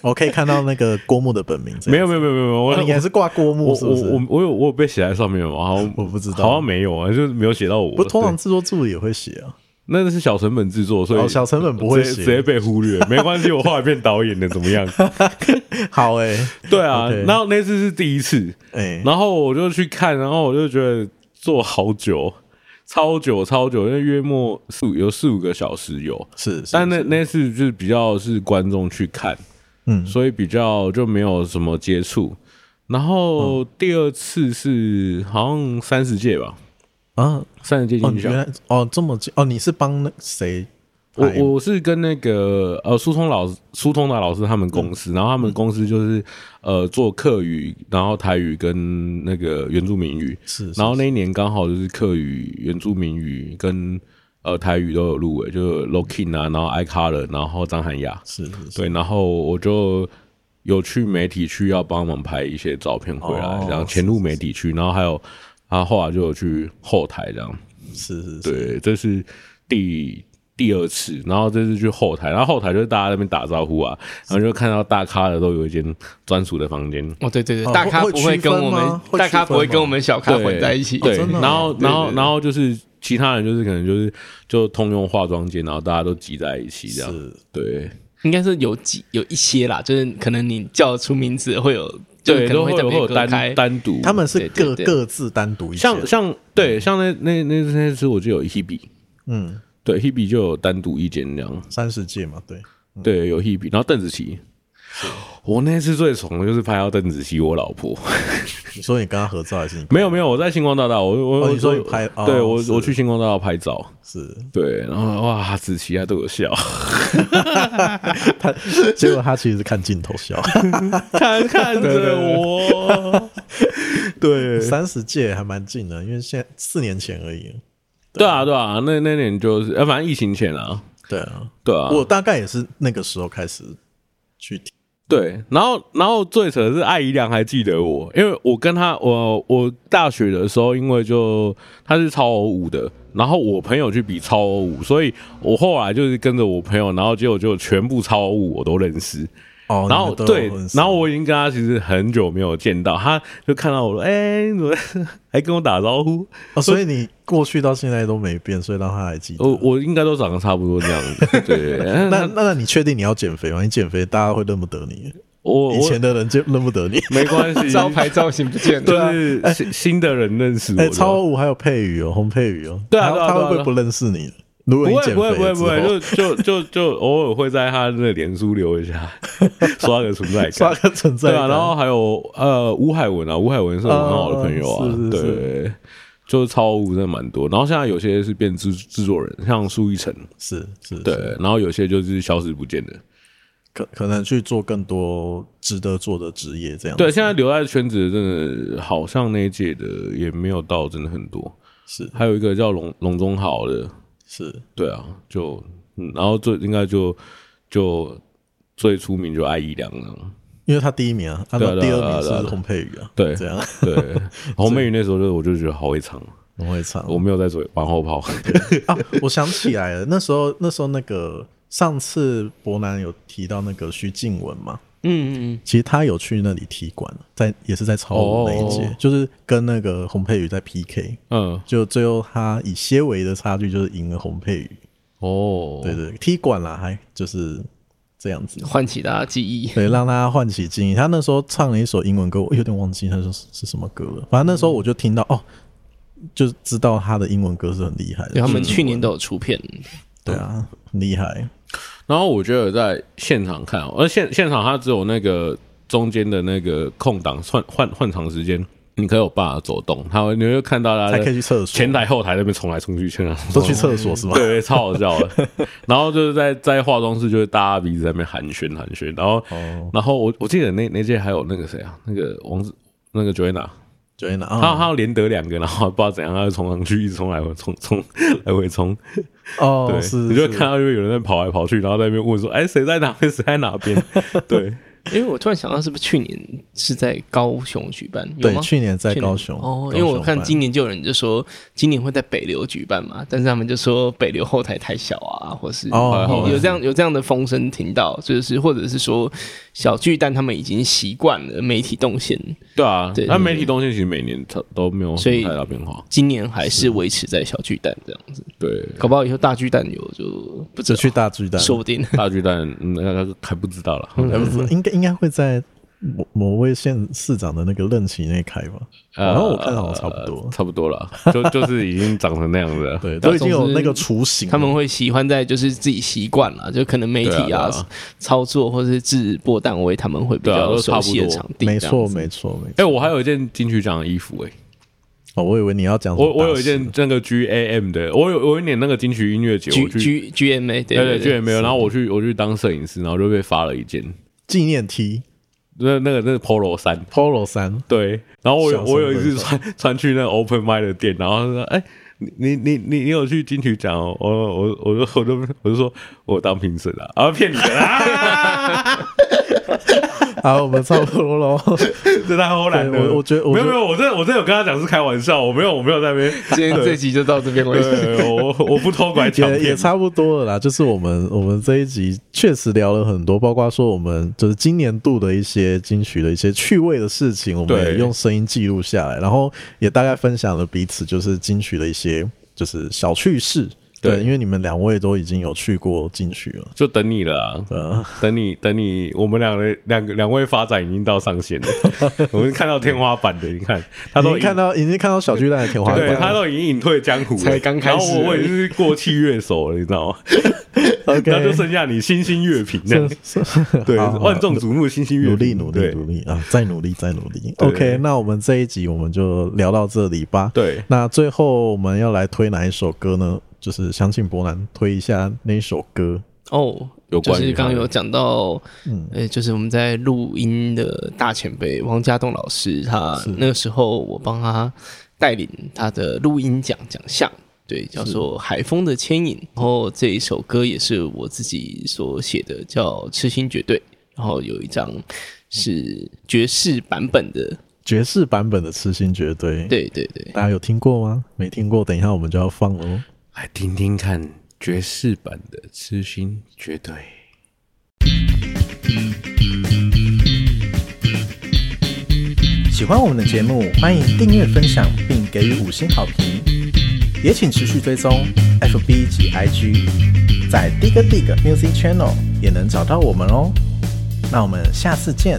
S1: 我可以看到那个郭牧的本名，这样
S3: 没有没有没有没有没有，我
S1: 哦你也是挂郭牧
S3: 我
S1: 是不是？
S3: 我我我有我有被写在上面吗？好像
S1: 我不知道
S3: 好像没有啊，就是没有写到我。
S1: 不，通常
S3: 对
S1: 制作助理也会写啊，
S3: 那是小成本制作，所以
S1: 哦小成本不会
S3: 直
S1: 写
S3: 接直接被忽
S1: *laughs*
S3: 略，没关系，我后来变导演了，怎么样？
S1: 好哎
S3: 对啊
S1: OK，
S3: 然后那次是第一次，
S1: 哎，
S3: 然后我就去看，然后我就觉得做好久，超久超久，因为约莫四五有四五个小时有，
S1: 是，是
S3: 但那那次就是比较是观众去看，
S1: 嗯
S3: 所以比较就没有什么接触。然
S1: 嗯
S3: 后第二次是好像三十届吧，
S1: 啊
S3: 三十届
S1: 哦，
S3: 金
S1: 你
S3: 曲
S1: 原
S3: 奖，
S1: 来哎哦这么近哦，你是帮那谁
S3: 我
S1: 拍？
S3: 我是跟那个呃苏通老师苏通达老师他们公
S1: 嗯
S3: 司，然后他们公司就是呃做客语，然后台语跟那个原住民语，
S1: 是，是
S3: 然后那一年刚好就是客语、原住民语跟呃台语都有入围，就 Lokin 啊，然后 i c o l o r 然后张涵雅，
S1: 是是是
S3: 对，然后我就有去媒体区要帮忙拍一些照片回来，
S1: 哦
S3: 然后潜入媒体区，然后还有他后来就有去后台这样，
S1: 是是是，
S3: 对，这是第。第二次，然后这次去后台，然后后台就是大家在那边打招呼啊，然后就看到大咖的都有一间专属的房间，
S4: *laughs* 哦，对对
S1: 哦
S4: 对，大咖
S1: 会
S4: 不会跟
S1: 会
S4: 我
S1: 区分吗
S4: 们
S1: 会
S4: 大
S1: 区
S4: 咖
S1: 分
S4: 不会
S1: 吗
S4: 跟我们小咖
S3: 对，
S4: 混在一起。
S3: 对，
S1: 真的哦
S3: 然后然后
S4: 对对
S3: 然后就是其他人就是可能就是就通用化妆间，然后大家都挤在一起这样。
S1: 是
S3: 对
S4: 应该是有几有一些啦，就是可能你叫得出名字会有，就
S3: 对，
S4: 可
S3: 都
S4: 能
S3: 会
S4: 在
S3: 有会有
S4: 隔
S3: 单
S4: 开。
S3: 单独，
S1: 他们是
S4: 对对
S1: 各
S4: 对
S1: 各自单独一些
S3: 像
S4: 嗯
S3: 像对像那那那那次我就有 Hebe，
S1: 嗯
S3: 对 Hebe 就有单独一间这样，
S1: 三十届嘛，对，
S3: 对，有 Hebe，然后邓紫棋。我那次最爽的就是拍到邓紫棋，我老婆 *laughs*
S1: 你说你跟他合照还是你
S3: 没有没有，我在星光大道，我我、
S1: 哦
S3: 我
S1: 你说
S3: 我
S1: 你拍哦
S3: 对我
S1: 是
S3: 我去星光大道拍照，
S1: 是？
S3: *laughs* 对，然后哇，紫棋还对
S1: *laughs*
S3: 我笑，
S1: 他结果他其实是看镜头笑，
S3: 看看着我， *laughs* 对
S1: 三十届还蛮近的，因为现在四年前而已。
S3: 对啊，对啊，那那年就是，呃，反正疫情前啊，
S1: 对啊，
S3: 对啊，
S1: 我大概也是那个时候开始去听，
S3: 对，然后然后最扯的是艾怡良还记得我，因为我跟他，我我大学的时候，因为就他是超偶舞的，然后我朋友去比超偶舞，所以我后来就是跟着我朋友，然后结果就全部超偶舞我都认识，
S1: 哦，
S3: 然后
S1: 你们都
S3: 对
S1: 很，熟
S3: 然后我已经跟他其实很久没有见到，他就看到我说，哎、你怎么 *laughs* 还跟我打招呼？
S1: 哦，所以你过去到现在都没变，所以让他还记得。
S3: 我我应该都长得差不多这样子，
S1: *laughs*
S3: 对，
S1: 那那那你确定你要减肥吗？你减肥大家会认不得你，
S3: 我
S1: 以
S3: 我
S1: 前的人就认不得你。
S3: 没关
S1: *laughs*
S3: 系，
S4: 招牌造型不见了，
S3: 对，就是新新的人认识我
S1: 啊哎，
S3: 的。
S1: 超五还有佩宇哦，洪佩宇哦，
S3: 对啊
S1: 他
S3: 对啊
S1: 他
S3: 对啊
S1: 会不
S3: 对
S1: 会
S3: 啊
S1: 不认识你？如果
S3: 不
S1: 你
S3: 会
S1: 减
S3: 不会
S1: 肥
S3: 不会
S1: 之
S3: 不会，
S1: 后
S3: 就就就就偶尔会在他那脸书留
S1: *laughs*
S3: 一下，刷个存在感，
S1: 刷个存在
S3: 对啊，
S1: 感，
S3: 然后还有呃吴海文啊，吴海文是我很好的朋友啊，
S1: 哦是是是
S3: 对，就是超吴真的蛮多。然后现在有些是变制制作人，像苏一晨，
S1: 是是
S3: 对
S1: 是，
S3: 然后有些就是消失不见的。
S1: 可可能去做更多值得做的职业这样子。
S3: 对，现在留在圈子的真的好像那一届的也没有到真的很多，
S1: 是
S3: 还有一个叫龙龙中豪的，
S1: 是
S3: 对啊，就嗯，然后最应该就就最出名就艾怡良了。
S1: 因为他第一名啊，他
S3: 对啊
S1: 第
S3: 对啊
S1: 二名
S3: 对啊
S1: 是
S3: 对啊
S1: 洪佩宇啊，
S3: 对
S1: 这样 *laughs*
S3: 对，红妹鱼那时候就我就觉得好会唱，啊
S1: 很会唱。
S3: *laughs* 我没有在嘴往后跑。
S1: 啊，我想起来了，那时候那时候那个上次伯南有提到那个徐静雯嘛，
S4: 嗯嗯嗯，
S1: 其实他有去那里踢馆，在也是在超五那一届，
S3: 哦
S1: 就是跟那个洪佩宇在 PK，
S3: 嗯，
S1: 就最后他以些微的差距就是赢了洪佩宇，
S3: *laughs* 哦，
S1: 对对，踢馆啦，还就是这样子。
S4: 唤起大家记
S3: 嗯
S4: 忆。
S1: 对，让他唤起记忆。他那时候唱了一首英文歌，我有点忘记那首是是什么歌了。反正那时候我就听到、哦，就知道他的英文歌是很厉害的。
S4: 对，他们去哦年都有出片，
S1: 对啊，很厉害。
S3: 然后我觉得在现场看哦，而现现场它只有那个中间的那个空档换换换场时间，你可以有办法走动，他你会看到他
S1: 才可以
S3: 在
S1: 去厕所，
S3: 前台后台那边冲来冲去，前台
S1: 都去厕所是吗？
S3: 对，超好笑的。 *laughs* 然后就是在在化妆室，就是大家彼此在那边寒暄寒
S1: 哦
S3: 暄。然后，然后我我记得那那届还有那个谁啊，那个王子，那个 Joanna，
S1: 九月拿
S3: 他他
S1: 啊
S3: 要连得两个，然后不知道怎样，他就冲上去，一直冲来回冲冲来回冲，
S1: 哦
S3: 对，
S1: 是，
S3: 你就会
S1: 是
S3: 看到因为有人在跑来跑去，然后在那边问说，哎，谁在哪边，谁在哪
S1: *laughs*
S3: 边？对，
S4: 因为我突然想到，是不是去年是在高雄举办？有
S1: 对
S4: 吗？
S1: 去年在
S4: 去年
S1: 高雄
S4: 哦，因为我看今年就有人就说今年会在北流举办嘛，但是他们就说北流后台太小啊，或是
S1: 哦
S4: 有有
S1: 哦
S4: 这样有这样的风声听到，就是或者是说小巨蛋他们已经习惯了媒体动线，
S3: 对啊
S4: 对，
S3: 那媒体东西其实每年它都没有
S4: 所以
S3: 太大变化，
S4: 今年还是维持在小巨蛋这样子，
S3: 对。
S4: 搞不好以后大巨蛋有就不知
S1: 只
S4: 道
S1: 去，大巨蛋，
S4: 说不定。
S3: 大巨蛋，嗯，那个还不知道了，
S1: 哎不是 *laughs* 应该应该会在某某位县市长的那个任期内开吧？
S3: *laughs* 呃
S1: 然后我看好像差不多
S3: 差不多了，就就是已经长成那样子了。
S1: *laughs* 对，
S4: 呃但
S1: 都已经有
S4: 总之
S1: 那个雏形了，
S4: 他们会喜欢在就是自己习惯了，就可能媒体
S3: 对啊
S4: 啊、
S3: 对啊
S4: 操作或是制播单位，他们会比
S3: 对啊
S4: 较
S3: 都差
S4: 熟
S3: 不
S4: 悉的
S3: 多
S4: 场地。
S1: 没
S4: 这样
S1: 错
S4: 子
S1: 没错没
S3: 哎，
S1: 错。
S3: 我还有一件金曲奖的衣服，哎，
S1: 哦，我以为你要讲什么
S3: 我我有一
S1: 大
S3: 件
S1: 事
S3: 那个 G A M 的，我有我有一年那个金曲音乐节，
S4: G
S3: 我去，
S4: G G M A 对
S3: 对对
S4: 对
S3: G M 然后我去我去当摄影师，然后就被发了一件
S1: 纪念 T
S3: 那那个那个 Polo 衫，
S1: Polo 三，
S3: 对，然后我有
S1: 小
S3: 我有一
S1: 身
S3: 次
S1: 份
S3: 穿穿去那个 Open m i 的店，然后他说哎。你你你你你有去金曲奖哦？我我我就我就我就说我当评审啊，啊骗你的啦！
S1: 好，我们差不多喽。
S4: *laughs*
S3: 这太后来了。
S1: 对我我觉得我
S3: 没
S1: 觉得
S3: 有没有，我这我这有跟他讲是开玩笑，我没有我没有在那边。
S4: *laughs* 今天这集就到这边为止。
S3: 对，我我不偷拐抢
S1: 也也
S3: 骗。
S1: 差不多了啦，就是我们我们这一集确实聊了很多，包括说我们就是今年度的一些金曲的一些趣味的事情，我们
S3: 对
S1: 也用声音记录下来，然后也大概分享了彼此就是金曲的一些就是小趣事。对，
S3: 对
S1: 因为你们两位都已经有去过金曲了，
S3: 就等你了、啊，
S1: 对啊，
S3: 等你等你，我们两个两个两位发展已经到
S1: *laughs*
S3: 上限了，我们看到天花板的，你看他
S1: 已
S3: 都
S1: 经看
S3: 到。
S1: 到已经看到小巨蛋的天花
S3: 对
S1: 板
S3: 他
S1: *laughs* 了。
S3: 都已经隐退江湖了，
S4: 才刚开始
S3: 然后我我已经是过气乐手了，你知道吗？
S1: *laughs* OK，
S3: 那就剩下你新兴乐评这样，对，
S1: 好好
S3: 万众瞩目新兴乐
S1: 努
S3: 评
S1: 力努力努力啊，再努力再努力。
S3: 对
S1: OK，那我们这一集我们就聊到这里吧。
S3: 对对
S1: 那最后我们要来推哪一首歌呢？就是想请伯南推一下那一首歌。
S4: 哦，
S3: 有
S4: 就
S3: 关于
S4: 是刚刚有讲到，
S1: 嗯
S4: 呃，就是我们在录音的大前辈王家栋老师，他
S1: 是
S4: 那个时候我帮他带领他的录音奖奖项。对，叫做《海风的牵引》，然后这一首歌也是我自己所写的，叫《痴心绝对》，然后有一张是爵士版本的，
S1: 爵士版本的《痴心绝对》，
S4: 对对对，
S1: 大家有听过吗？没听过，等一下我们就要放哦喽。
S3: 来听听看爵士版的《痴心绝对》。
S6: 喜欢我们的节目，欢迎订阅、分享，并给予五星好评。也请持续追踪 FB 及 IG，在 Dig Dig Music Channel 也能找到我们哦。那我们下次见，